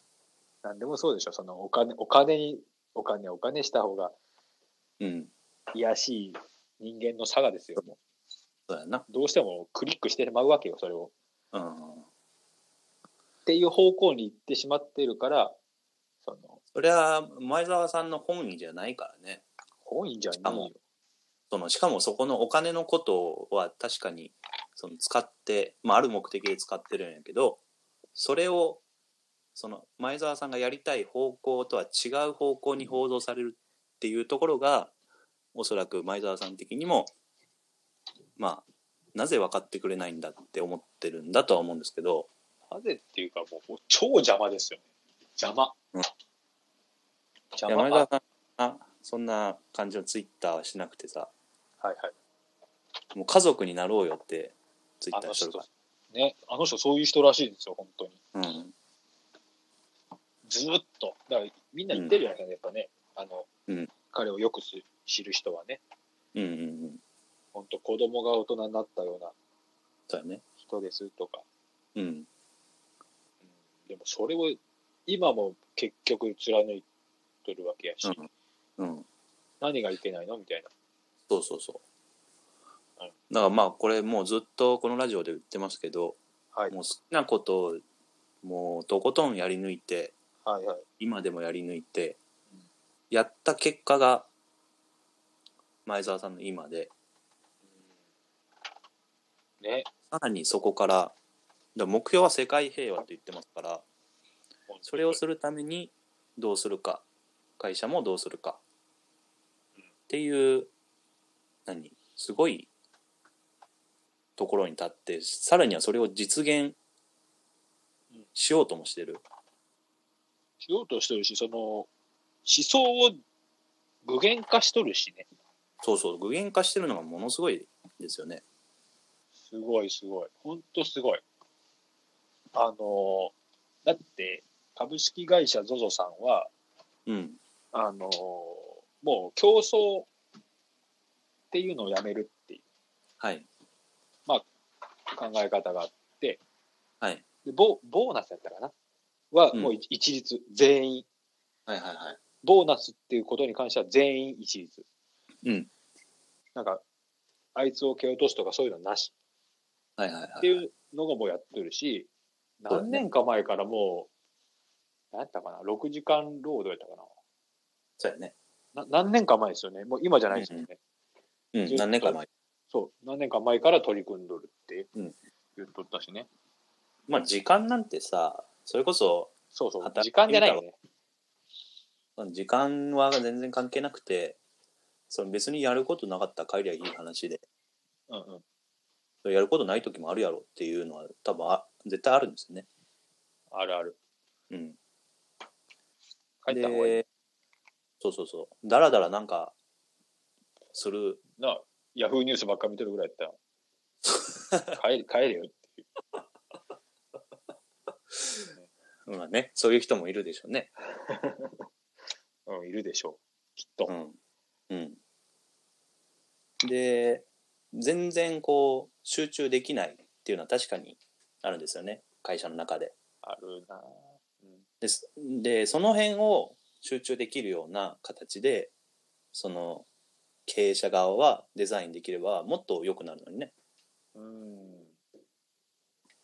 A: なんでもそうでしょ。そのお金、お金に、お金、お金した方が
B: うん。
A: 癒やしい人間の差がですよ。も
B: そうやな。
A: うどうしてもクリックしてしまうわけよ、それを。
B: うん。
A: っていう方向に行ってしまっているから、その、
B: それは前澤さんの本意じゃないからね。
A: 本意じゃないよ。
B: そのしかもそこのお金のことは確かにその使って、まあ、ある目的で使ってるんやけどそれをその前澤さんがやりたい方向とは違う方向に報道されるっていうところがおそらく前澤さん的にもまあなぜ分かってくれないんだって思ってるんだとは思うんですけど
A: なぜっていうかもう、もう超邪魔ですよね。邪魔。
B: うんい
A: 邪
B: や
A: 魔。
B: 前
A: あ
B: 澤さんあそんな感じのツイッターはしなくてさ
A: はいはい。
B: もう家族になろうよってツイッ
A: あ
B: タ
A: の
B: ーし
A: 人
B: とるか、
A: ね、あの人そういう人らしいんですよ、本当に。
B: ら。うん
A: ずーっと。だから、みんな言ってるやつね、やっぱね。あの、
B: うん
A: 彼をよくす知る人はね、
B: うんうんうん
A: 本当子供が大人になったような
B: そうやね
A: 人ですとか。
B: うん
A: うんでも、それを今も結局貫いてるわけやし、
B: うん、うん、
A: 何がいけないのみたいな。
B: そうそうそう、
A: うん
B: だからまあこれもうずっとこのラジオで言ってますけど、
A: はい
B: もう好きなことをもうとことんやり抜いて
A: はいはい。
B: 今でもやり抜いて、
A: うん
B: やった結果が前澤さんの今で
A: うんね、
B: さらにそこからだから目標は世界平和と言ってますからそれをするためにどうするか会社もどうするか
A: うん
B: っていう何すごいところに立ってさらにはそれを実現
A: うん
B: しようともしてる
A: しようとしてるし、その、思想を具現化しとるしね。
B: そうそう具現化してるのがものすごいですよね
A: すごいすごい。ほんとすごい。あの、だって、株式会社 ZOZO さんは、
B: うん
A: あの、もう競争っていうのをやめるっていう
B: はい
A: 考え方があって、
B: はい
A: でボボーナスやったかなは、
B: うん
A: もう一一律、全員。
B: はいはいは
A: ボーナスっていうことに関しては全員一律。
B: いうん
A: なんか、あいつを蹴落とすとかそういうのなし。
B: はいはいは
A: って
B: い
A: いうのがもうやってるし、
B: そうだね
A: 何年か前からもう、何やったかな、6時間労働やったか
B: そうやね
A: な。な何年か前ですよね。もう今じゃないですよね。
B: う
A: ず
B: ん
A: っと
B: 何年か前
A: そう。何年か前から取り組んどるって
B: うん
A: 言っとったしね。
B: まあ時間なんてさそれこそ
A: そうそう。
B: 働
A: 時
B: いて
A: 間
B: み
A: じゃ
B: た
A: な
B: ら
A: いよね。
B: 時間は全然関係なくてその別にやることなかったら帰りゃいい話で
A: うんうん。
B: やることない時もあるやろっていうのは多分あ絶対あるんですよね。
A: あるある。
B: うん、
A: 帰った方がいい
B: でそうそうそうだらだらなんかする
A: な。ヤフーニュースばっか見てるぐらいや ったら。帰れ、帰れよ。
B: のはねそういう人もいるでしょうね。
A: うん、いるでしょう。きっと。
B: うんうん、で全然こう集中できないっていうのは確かにあるんですよね会社の中で。
A: あるなうん。
B: ですでその辺を集中できるような形でその経営者側はデザインできればもっと良くなるのにね
A: うん。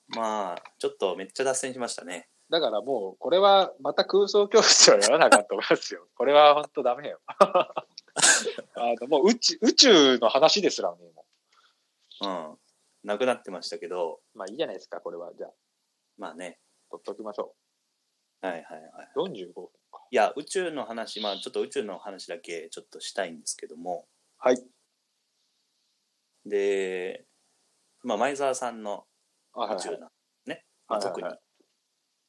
B: まあちょっとめっちゃ脱線しましたね
A: だからもう、これはまた空想教室はやらなかったと思いますよ。 これは本当ダメよ。 あのもう宇宙宇宙の話ですらね、も
B: うんなくなってましたけど
A: うまあいいじゃないですか、これは。じゃあ、
B: まあね
A: 取っときましょ。
B: はいはいはいう
A: 45分か。
B: いや宇宙の話まあちょっと宇宙の話だけちょっとしたいんですけども
A: はい。
B: で、まあ、前澤さんの
A: あはい
B: 宇
A: は
B: 宙
A: い、
B: のね、まあ、
A: はい
B: 特
A: はいは
B: に
A: い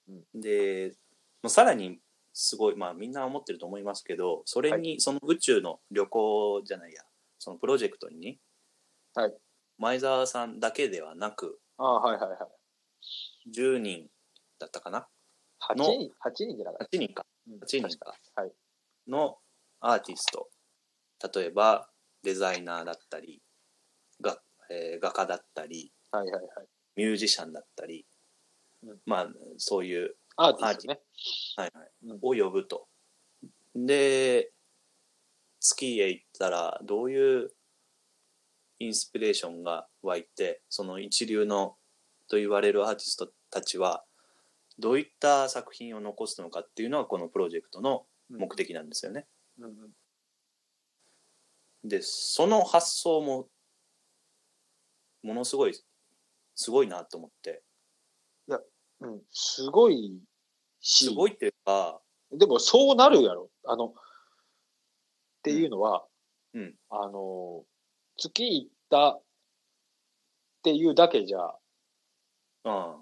A: うん。
B: で、もうさらにすごい、まあ、みんな思ってると思いますけど、それに、その宇宙の旅行じゃないや、そのプロジェクトに、
A: はい
B: 前澤さんだけではなく、
A: ああ、はいはいはい。
B: 10人だったかな
A: 8
B: の
A: 人、八人じゃなかった。
B: 8人か
A: うん
B: 8人か
A: 確かはい。
B: のアーティスト例えばデザイナーだったりが、えー画家だったり
A: はいはいはい。
B: ミュージシャンだったり、
A: うん
B: まあそういう、
A: アーティストね。
B: はいはい
A: うん
B: を呼ぶと。で月へ行ったらどういうインスピレーションが湧いてその一流のと言われるアーティストたちはどういった作品を残すのかっていうのがこのプロジェクトの目的なんですよね。
A: うんうん
B: でその発想もものすごいすごいなと思って
A: うん。うん。すごいし、
B: すごいっていうか
A: でもそうなるやろ。あの、っていうのは、
B: うんうん
A: あの、月行ったっていうだけじゃ、
B: うん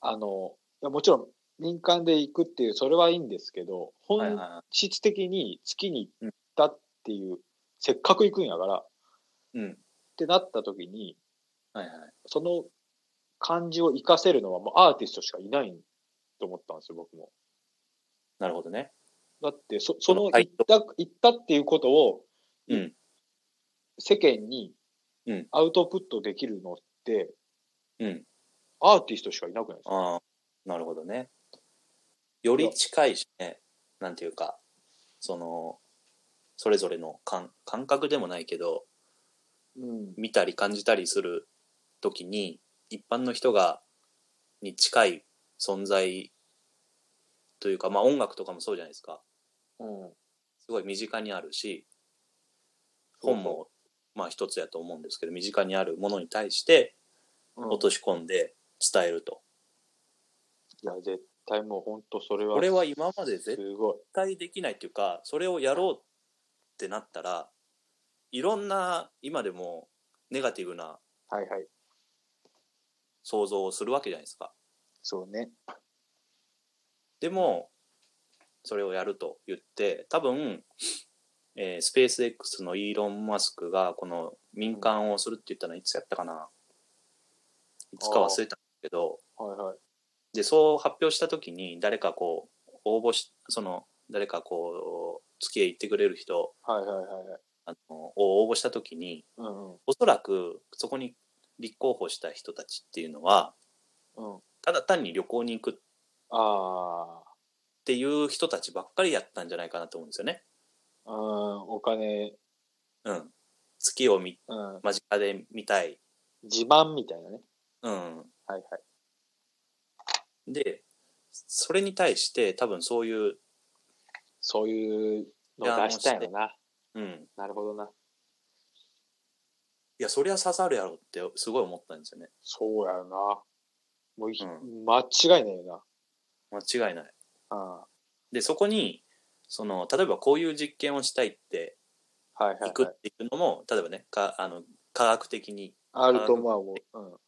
A: あの、いやもちろん民間で行くっていう、それはいいんですけど、
B: はい
A: 本
B: は
A: 質的に月に行ったっていう、せっかく行くんやからっ
B: いうん
A: てなった時に、
B: はいはい
A: その感じを活かせるのはもうアーティストしかいないと思ったんですよ、僕も。
B: なるほどね
A: だって、そその行
B: は
A: っ
B: い
A: た、行ったっていうことを
B: うん
A: 世間に
B: うん
A: アウトプットできるのって、
B: うん
A: アーティストしかいなくないですか
B: ああなるほどねより近いしねなんていうかそのそれぞれの感感覚でもないけど
A: うん。
B: 見たり感じたりする時に一般の人がに近い存在というかまあ音楽とかもそうじゃないですか
A: うん。
B: すごい身近にあるし
A: そうそう
B: 本もまあ一つやと思うんですけど身近にあるものに対して
A: うん
B: 落とし込んで伝えると、
A: いや、絶対もう本当それは。
B: これは今まで絶
A: すごい。
B: 対できないっていうかそれをやろうってなったらいろんな今でもネガティブな
A: はいはい。
B: 想像をするわけじゃないですか
A: そうね。
B: でもそれをやると言って多分、えースペース X のイーロン・マスクがこの民間をするって言ったのはいつやったかないつか忘れたんですけど
A: はいはい。
B: でそう発表した時に誰かこう応募しその誰かこう月へ行ってくれる人
A: はいはいはいはい。
B: あのを応募した時に
A: うん
B: おそらくそこに立候補した人たちっていうのは
A: うん。うん。
B: ただ単に旅行に行くっ
A: あ
B: ていう人たちばっかりやったんじゃないかなと思うんですよね。
A: あ、うん、お金、
B: うん、月を見
A: うん、
B: 間近で見たい、
A: 自慢みたいなね。
B: うん、
A: はいはい。
B: でそれに対して多分そういう、
A: そういうのを出したいのな。
B: うん、
A: なるほどな。
B: いやそりゃ刺さるやろってすごい思ったんですよね
A: そうやよな。もうい、
B: う
A: 間違いないよ
B: 間違いな
A: な。
B: い
A: うん。は
B: でそこにその例えばこういう実験をしたいって
A: いはい、は
B: 行くっ
A: い。
B: ていうのも、例えばねかあの科学的に
A: あるとまあもう。
B: そ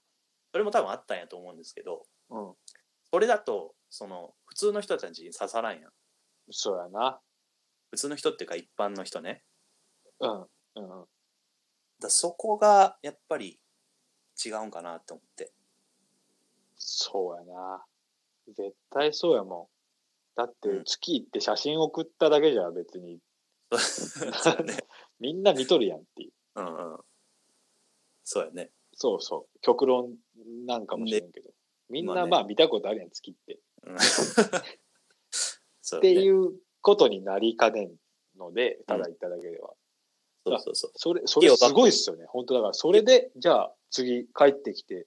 B: れも多分あったんやと思うんですけど
A: うん。うん。
B: それだとその普通の人たちに刺さらんやん
A: そうやな。
B: 普通の人っていうか一般の人ね
A: うん。うん。
B: だそこがやっぱり違うんかなと思って
A: そうやな。絶対そうやもん。だって
B: うん、
A: 月行って写真送っただけじゃ別に、
B: そうだね
A: みんな見とるやんっていう。
B: うんうんそうやね
A: そうそう。極論なんかもしれんけど。みん
B: まあ
A: な
B: ね
A: まあ見たことあるやん、月って。
B: そう
A: っ
B: ね
A: ていうことになりかねんので、ただ言っただけでは。
B: そうそうそう。
A: それ、それすごいっすよね。本当だから、それで、じゃあ次帰ってきて、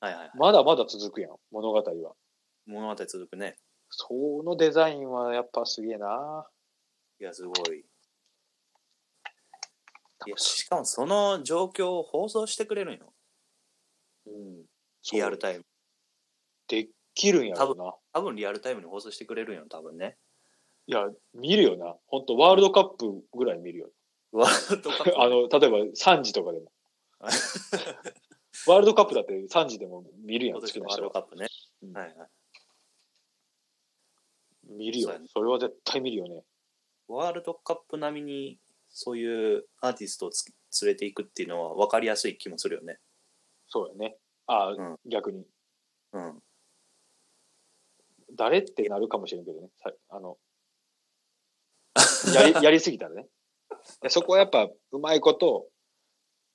B: はいはいはい。
A: まだまだ続くやん、物語は。
B: 物語続くね。
A: そのデザインはやっぱすげえない
B: や、すごい。いや、しかもその状況を放送してくれるんよ。
A: うん。
B: リアル
A: タイ
B: タイム。
A: ム。できるんやろうな。
B: 多分リアルタイムに放送してくれるんよ、多分ね。
A: いや、見るよな。本当ワールドカップぐらい見るよ。
B: ワールドカップ
A: あの、例えば3時とかで も。ワールドカップだって3時でも見るやん、好
B: 今年
A: き
B: の
A: な
B: ワール
A: 人
B: ド
A: は
B: カップね
A: うん。
B: はいはい。
A: 見るよ
B: そうやね。
A: それは絶対見るよね。
B: ワールドカップ並みに、そういうアーティストをつ連れていくっていうのは分かりやすい気もするよね。
A: そうやね。ああ、
B: うん
A: 逆に。
B: うん。
A: 誰ってなるかもしれんけどね。さあの、やり、 やりすぎたらね。でそこはやっぱ、うまいこと、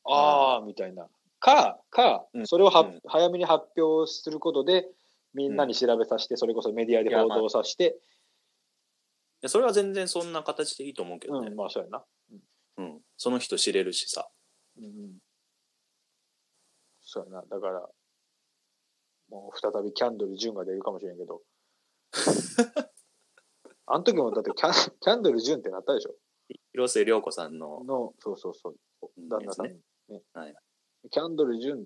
A: ああ、みたいな。か、か
B: う、ん
A: それをは、
B: うん
A: 早めに発表することで、みんなに調べさせて、それこそメディアで報道させて、
B: でそれは全然そんな形でいいと思うけど
A: う
B: ね
A: ん、。まあそうやな。
B: うん。その人知れるしさ。
A: うんうん。そうやな。だから、もう再びキャンドル・ジュンが出るかもしれんけ ど。あの時もだってキャン、キャンドル・ジュンってなったでしょ
B: 広末涼子さんの
A: の、そうそうそう、旦那さんにね。
B: はい
A: キャンドル・ジュンっ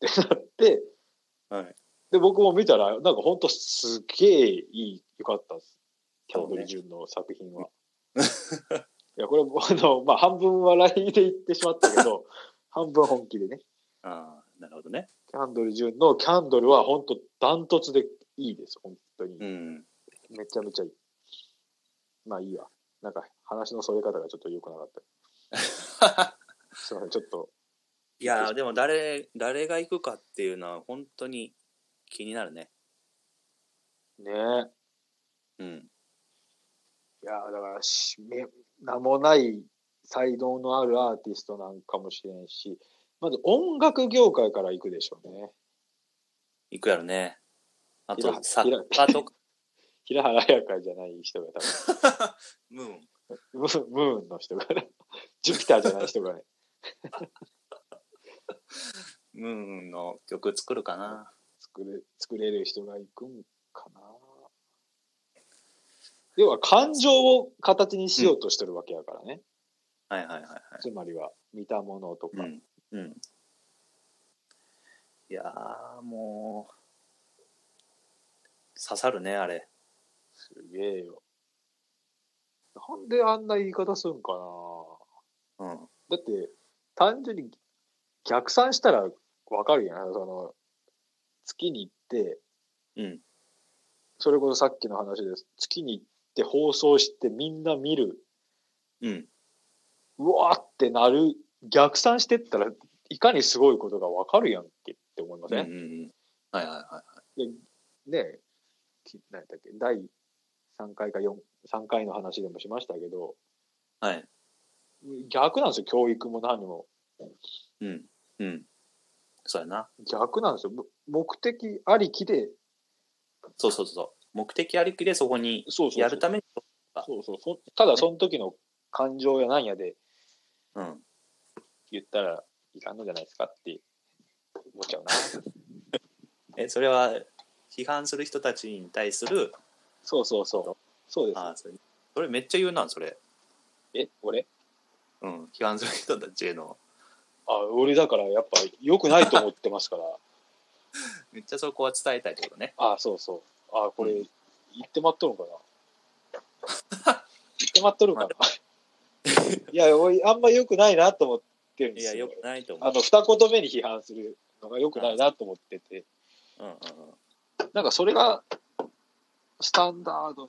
A: てなって、
B: はい
A: で、僕も見たら、なんかほんとすげえいい、よかったです。キャンドル・ジュンの作品は。いや、これ、あの、まあ、半分笑いで言ってしまったけど、 半分本気でね。
B: ああ、なるほどね。
A: キャンドル・ジュンのキャンドルは本当ダントツでいいです、本当に
B: う。ん。
A: めちゃめちゃいい。まあいいわ。なんか話のそれ方がちょっと良くなかった。すいません、ちょっと。
B: いやーでも誰、誰が行くかっていうのは本当に気になるね。
A: ねえ。
B: うん。
A: いやーだからし、め名もない才能のあるアーティストなんかもしれんし、まず音楽業界から行くでしょうね。
B: 行くやろね。あ
A: いら
B: と、
A: ん
B: 作
A: いらん
B: 家とか、
A: 平原綾香じゃない人が多
B: ムーン。
A: 分、ムームーンの人がね、 ジュピターじゃない人がね、
B: ムーンの曲作るかな。
A: 作れ作れる人が行くんかな。要は感情を形にしようとしてるわけやからね、
B: はいはいはいはい。
A: つまりは見たものと
B: う
A: か、
B: ん。うん。いやーもう、刺さるね、あれ。
A: すげえよなんであんな言い方すんかな
B: うん。
A: だって単純に逆算したらわかるやんその月に行って
B: うん。
A: それこそさっきの話です月に行って放送してみんな見る
B: うん。
A: うわーってなる逆算してったらいかにすごいことがわかるやんけって思いま
B: うん
A: せ、
B: うんんうん。はいはいはい。
A: ねえき何だっけ第3回か4 3回の話でもしましたけど
B: はい。
A: 逆なんですよ教育も何も
B: うん。うん。そうやな。
A: 逆なんですよむ目的ありきで
B: そうそうそう。目的ありきでそこに
A: そう
B: やるために。か
A: そうそうそただその時の感情やなんやで
B: うん。
A: 言ったらいかんのじゃないですかって思っちゃうな
B: え、それは批判する人たちに対する、
A: そうそうそうそうです
B: あそれそれめっちゃ言うな、それ。
A: え俺
B: うん。批判する人たちへの。
A: あ俺だからやっぱ良くないと思ってますから
B: めっちゃそこは伝えたいってことね。
A: あそうそう。あこれ、
B: うん
A: 言ってまっとるんかな。 言ってまっとるんかな。 いや、おいあんま良くないなと思ってるんで
B: い
A: すよ
B: や、。よくないと思
A: あ
B: う。
A: の、二言目に批判するのが良くないなと思ってて。
B: うんうんうん。
A: なんかそれが、スタンダードなの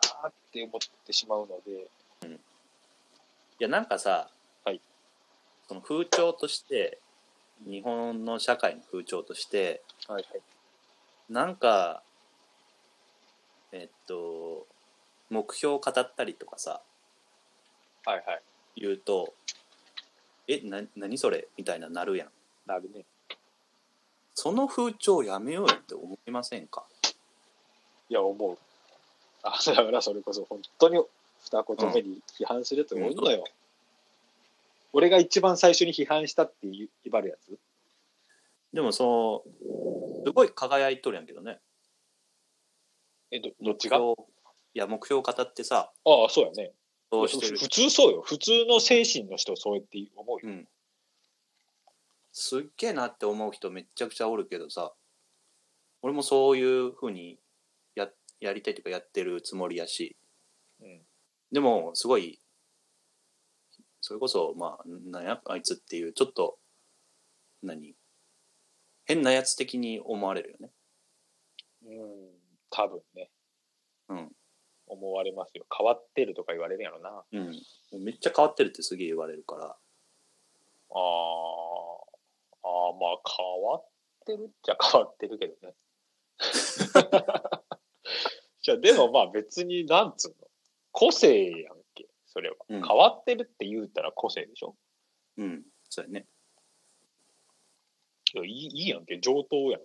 A: かなって思ってしまうので。
B: いや、なんかさ、
A: はい
B: その風潮として、日本の社会の風潮として、
A: はいはい。
B: なんか、えっと、目標を語ったりとかさ、
A: はいはい。
B: 言うと、え、な、何それみたいななるやん。
A: なるね。
B: その風潮やめようよって思いませんか
A: いや、思う。あ、だからそれこそ本当に二言目に批判するって多いのよ。俺が一番最初に批判したって言い張るやつ
B: でもそう、すごい輝いとるやんけどね。
A: え、どどっち
B: 目
A: があ
B: 標をいや、目標を語ってさ、
A: あ、そうやね。
B: どうして
A: ふ
B: る
A: 普通そうよ。普通の精神の人、そうやって思うよ。
B: うん。すっげえなって思う人めっちゃくちゃおるけどさ、俺もそういうふうにややりたいというかやってるつもりやし、
A: うん
B: でもすごい、それこそ、まあ、なんや、あいつっていう、ちょっと、何変なやつ的に思われるよね。
A: うん、多分ね。
B: うん。
A: 思われますよ。変わってるとか言われるやろな。あ
B: うん、めっちゃ変わってるってすげえ言われるから
A: あ、ああ、まあ変わってるっちゃ 変わってるけどね。じゃあでもまあ別になんつうの個性やんけそれは、
B: うん
A: 変わってるって言うたら個性でしょ
B: うん、そうやね。
A: いやいいいいやんけ上等やん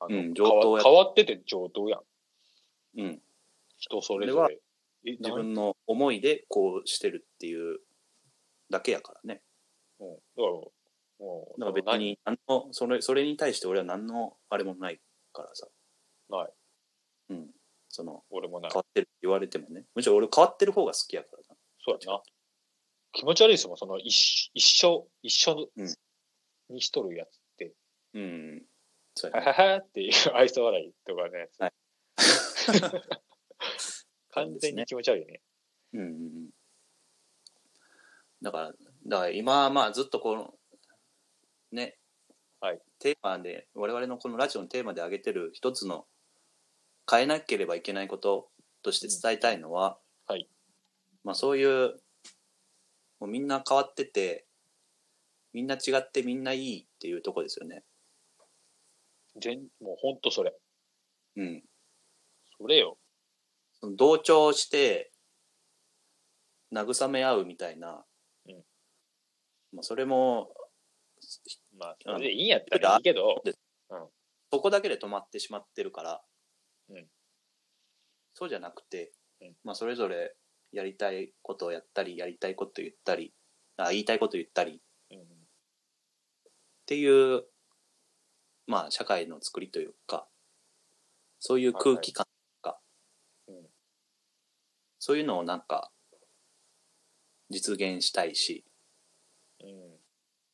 A: あの
B: うん上等や
A: 変わ変わってて上等やん
B: うん、
A: 人それ
B: それ
A: ぞ
B: は
A: れえ
B: 自
A: なん
B: 分の思いでこうしてるっていうだけやからね。
A: うんだからもう
B: だから別に何のそれそれに対して俺は何のあれもないからさ。
A: ない。
B: うん。その
A: 俺もない
B: 変わってるって言われてもね。むしろ俺変わってる方が好きやからな。
A: そうやな。気持ち悪いですもん、その一一緒、一緒
B: うん
A: にしとるやつって、
B: うん。そうや
A: は
B: ね。
A: ははっていう愛想笑いとかね、
B: はい
A: 完全に気持ち悪いね。
B: うんうんうん。だから、だから今はまあずっとこの、ね、
A: はい、
B: テーマで、我々のこのラジオのテーマで挙げてる一つの変えなければいけないこととして伝えたいのは、
A: うんはい。
B: まあそういう、もうみんな変わってて、みんな違ってみんないいっていうとこですよね。
A: 全もう本当それ。
B: うん。
A: それよ。
B: その同調して慰め合うみたいな、
A: うん
B: まあ、それも
A: まあ、それでいいんやったらいいけど、
B: そこだけで止まってしまってるから、
A: うん
B: そうじゃなくて、
A: うん
B: まあ、それぞれやりたいことをやったりやりたいこと言ったりあ言いたいこと言ったりっ
A: うん
B: ていう、まあ、社会の作りというかそういう空気感とか、
A: はいうん
B: そういうのをなんか実現したいし
A: うん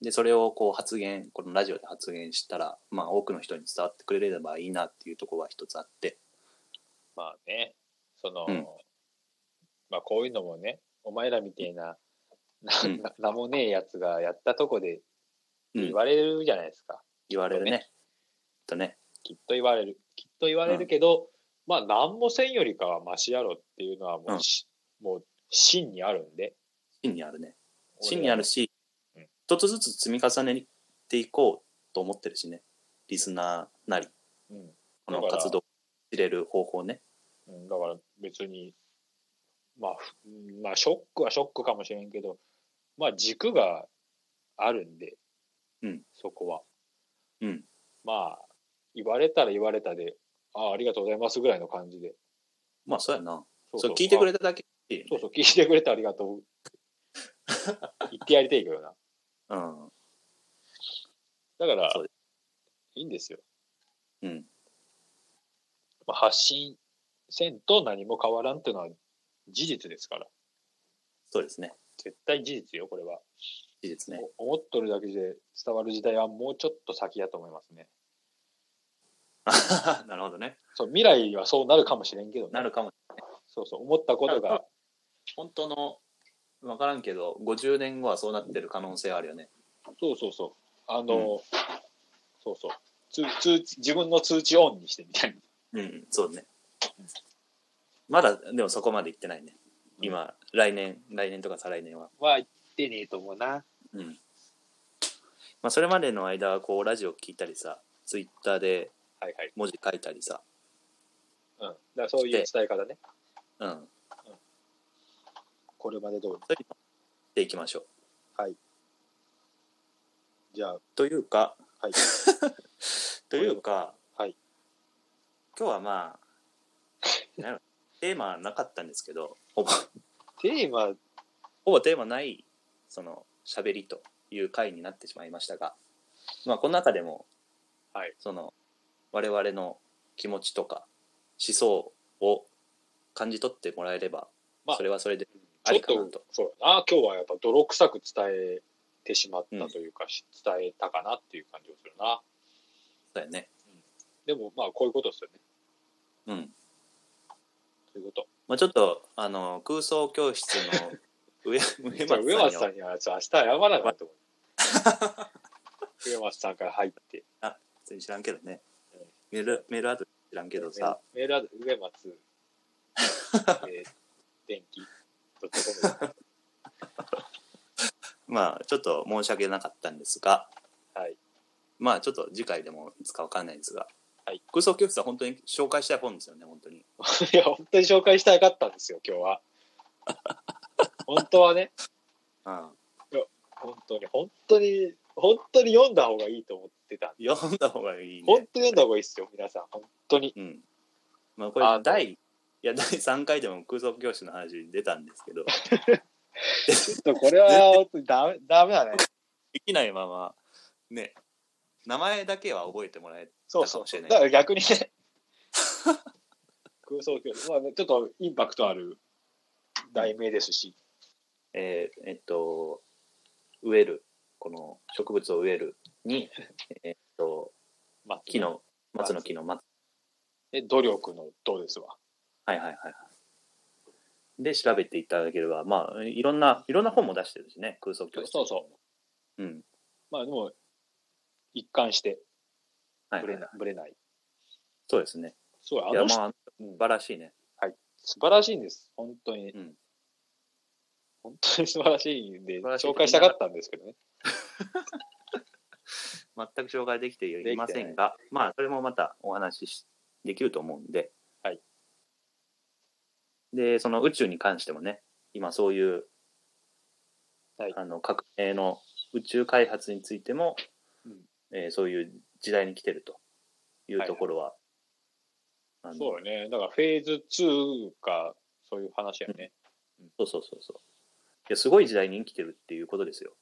B: でそれをこう発言このラジオで発言したら、まあ、多くの人に伝わってくれればいいなっていうところは一つあって。
A: まあね、その、
B: うん
A: まあこういうのもね、お前らみたいな、な
B: うん
A: な名もねえやつがやったとこで
B: うん
A: 言われるじゃないですか。
B: 言われるね。
A: ね
B: とね。
A: きっと言われるきっと言われるけど、まあ何もせんよりかはマシやろっていうのはもう,、
B: うん
A: もう真にあるんで
B: 真にあるね。真にある
A: し
B: し
A: うん、
B: 一つずつ積み重ねていこうと思ってるしね。リスナーなり、
A: うん、
B: この
A: だから
B: 活動を知れる方法ね。
A: うんだから別にまあ、ふまあショックはショックかもしれんけどまあ軸があるんで、
B: うん
A: そこは、
B: うん
A: まあ言われたら言われたでああありがとうございますぐらいの感じで
B: まあそうやな。
A: そう
B: それ聞いてくれ
A: た
B: ただけいいよね
A: そうそう聞いてくれてありがとう 言ってやりたいけどな
B: うん。
A: だから
B: そうで
A: いいんですよ。
B: うん。
A: まあ、発信せんと何も変わらんっていうのは事実ですから。
B: そうですね。
A: 絶対事実よ、これは。
B: 事実ね。
A: お思っとるだけで伝わる時代はもうちょっと先だと思いますね。
B: なるほどね。
A: そう、未来はそうなるかもしれんけどね。
B: なるかも。
A: そうそう、思ったこと
B: なる
A: が、
B: 本当の、わからんけど、50年後はそうなってる可能性はあるよね。
A: そうそうそう。あの、そうそう。通通知自分の通知オンにしてみたいな。
B: うん、そうね。まだ、でもそこまで行ってないね。今、来年、来年とか再来年は。
A: は言ってねえと思うな。
B: うんまあ、それまでの間はこうラジオ聞いたりさツイッターで
A: はいはい。
B: 文字書いたりさ、
A: うん。だからそういう伝え方ね。
B: うん、やっ
A: これまで通り。
B: ていきましょう
A: じゃあ、
B: というか
A: はい。
B: というか、
A: はい、
B: 今日はま あなんやろテーマはなかったんですけどほぼ
A: テーマ、
B: ほぼテーマないその喋りという回になってしまいましたが、まあ、この中でも、
A: はい
B: その我々の気持ちとか思想を感じ取ってもらえれば、
A: まあ
B: それはそれで
A: ち
B: あ
A: ょ
B: り
A: っ
B: かな
A: と、
B: と。
A: そうだな、今日はやっぱ泥臭く伝えてしまったというか、し伝えたかなっていう感じがするな。
B: だよね。
A: でも、まあ、こういうことですよね。
B: うん。
A: そういうこと。
B: まあちょっと、あの、空想教室 の上、上松
A: じ
B: さ
A: ゃあ
B: ん
A: 上松さ
B: に
A: んには、ちょっと明日謝らないと 思う。上松さんから入って、
B: 全然知らんけどね
A: うん。
B: メール、メールアドレス知らんけどさ、
A: メールアド上松、 えー、電気、ドットコム。
B: まあちょっと申し訳なかったんですが、
A: はい。
B: まあちょっと次回でもいつかわかんないですが、
A: はい、
B: 空想教室は本当に紹介したい本ですよね本当に
A: いや、本当に紹介したかったんですよ、今日は。本当はね、
B: うん
A: 本当に、本当に、本当に読んだ方がいいと思ってたんで。
B: 読んだ方がいい
A: 本
B: ね
A: 当に読んだ方がいいですよ、皆さん。本当に。
B: うんまあこれ
A: あの
B: 第いや第3回でも空想教室の話出たんですけど
A: ちょっとこれは、本当にダメ、ダメだね。
B: できないままね名前だけは覚えてもらえ
A: そうそ
B: かも
A: う
B: しれない
A: だから逆に ね。空想教室、まあね、ちょっとインパクトある題名ですし。
B: えーえっと、植える、この植物を植えるに、えっと、
A: まあ、
B: 木。の、松の木の松。
A: え、努力のどうですわ。
B: はいはいはいはい。で、調べていただければ、まあ、いろんな、いろんな本も出してるしね、空想教室。
A: そうそう。
B: う。うん。
A: まあでも、一貫して、
B: はい
A: ぶ
B: は
A: れ
B: いはい、
A: ない。ぶれない。
B: そうですね。
A: そう、あ
B: いや、
A: の人、
B: まあ、
A: うん
B: 素晴らしいね。
A: 素晴らしいんです本当に、
B: うん
A: 本当に素晴らしいんで
B: 晴らしい
A: 紹介したかったんですけどね
B: 全く紹介できていませんが、まあ、それもまたお話ししできると思うんで。
A: はい。
B: で、その宇宙に関してもね、今そういう、
A: はい
B: あの、革命の宇宙開発についても、
A: うん
B: えーそういう時代に来てるというところは、あの
A: そうよねだからフェーズ2かそういう話やね、
B: そうそうそうそう。いや、すごい時代に生きてるっていうことですよ。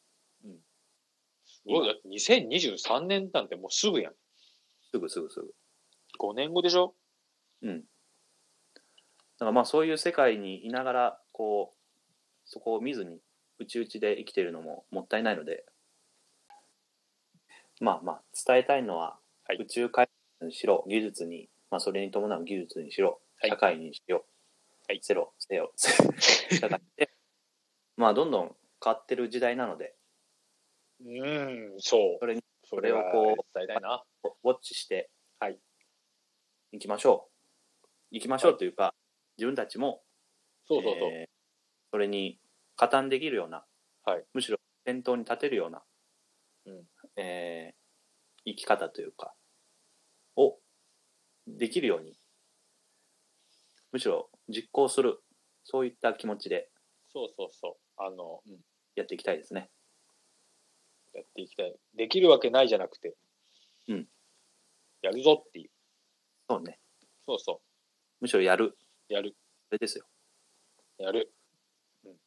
A: うだって2023年なんてもうすぐやん
B: すぐすぐすぐ。
A: 5年後でしょ
B: だからまあそういう世界にいながらこうそこを見ずにうちうちで生きてるのももったいないのでまあまあ伝えたいのは、
A: はい
B: 宇宙開発にしろ技術に、まあ、それに伴う技術にしろ
A: はい
B: 社会にしろ、
A: はい
B: せろせ よ社会でまあどんどん変わってる時代なので
A: うーんそう
B: それに
A: そ
B: れを
A: は
B: こう
A: 伝えたいな
B: ウォッチして、
A: はい、
B: 行きましょう行きましょうというか、自分たちも
A: そうそうそう、
B: えーそれに加担できるような、
A: はい
B: むしろ先頭に立てるような、
A: うん
B: えー生き方というかをできるようにむしろ実行するそういった気持ちで
A: そうそうそうあの、うん
B: やっていきたいですね
A: やっていきたいできるわけないじゃなくて
B: うん
A: やるぞっていう
B: そうね
A: そうそ
B: むしろやる
A: うやる
B: それですよ
A: やる。うん。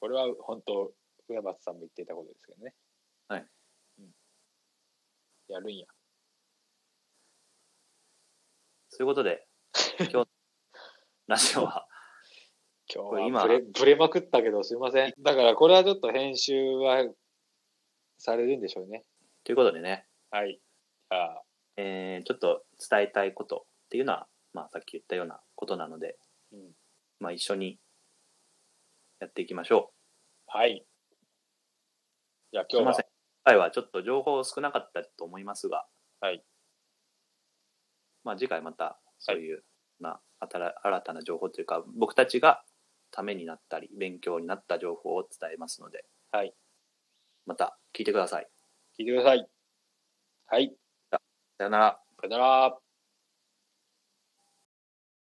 A: これは本当、上松さんも言っていたことですけどね。
B: はい。
A: うん。やるんや。
B: そういうこ とで今日のラジオは
A: 今
B: これ
A: 日
B: 今
A: はブレブレまくったけどすいません。だからこれはちょっと編集はされるんでしょうね。
B: ということでね、
A: はい。じゃあ、
B: えーちょっと伝えたいことっていうのは、まあ、さっき言ったようなことなので
A: うん。
B: まあ、一緒にやっていきましょ
A: はい。じゃあ
B: う。す
A: 今日
B: いま
A: は
B: せん。今回はちょっと情報少なかったと思いますが、
A: はい。
B: まあ、次回またそういう、まあ、新新たな情報というか、僕たちがためになったり、勉強になった情報を伝えますので、
A: はい。
B: また聞いてください。
A: 聞いてください。はい。
B: さよなら。
A: さよなら。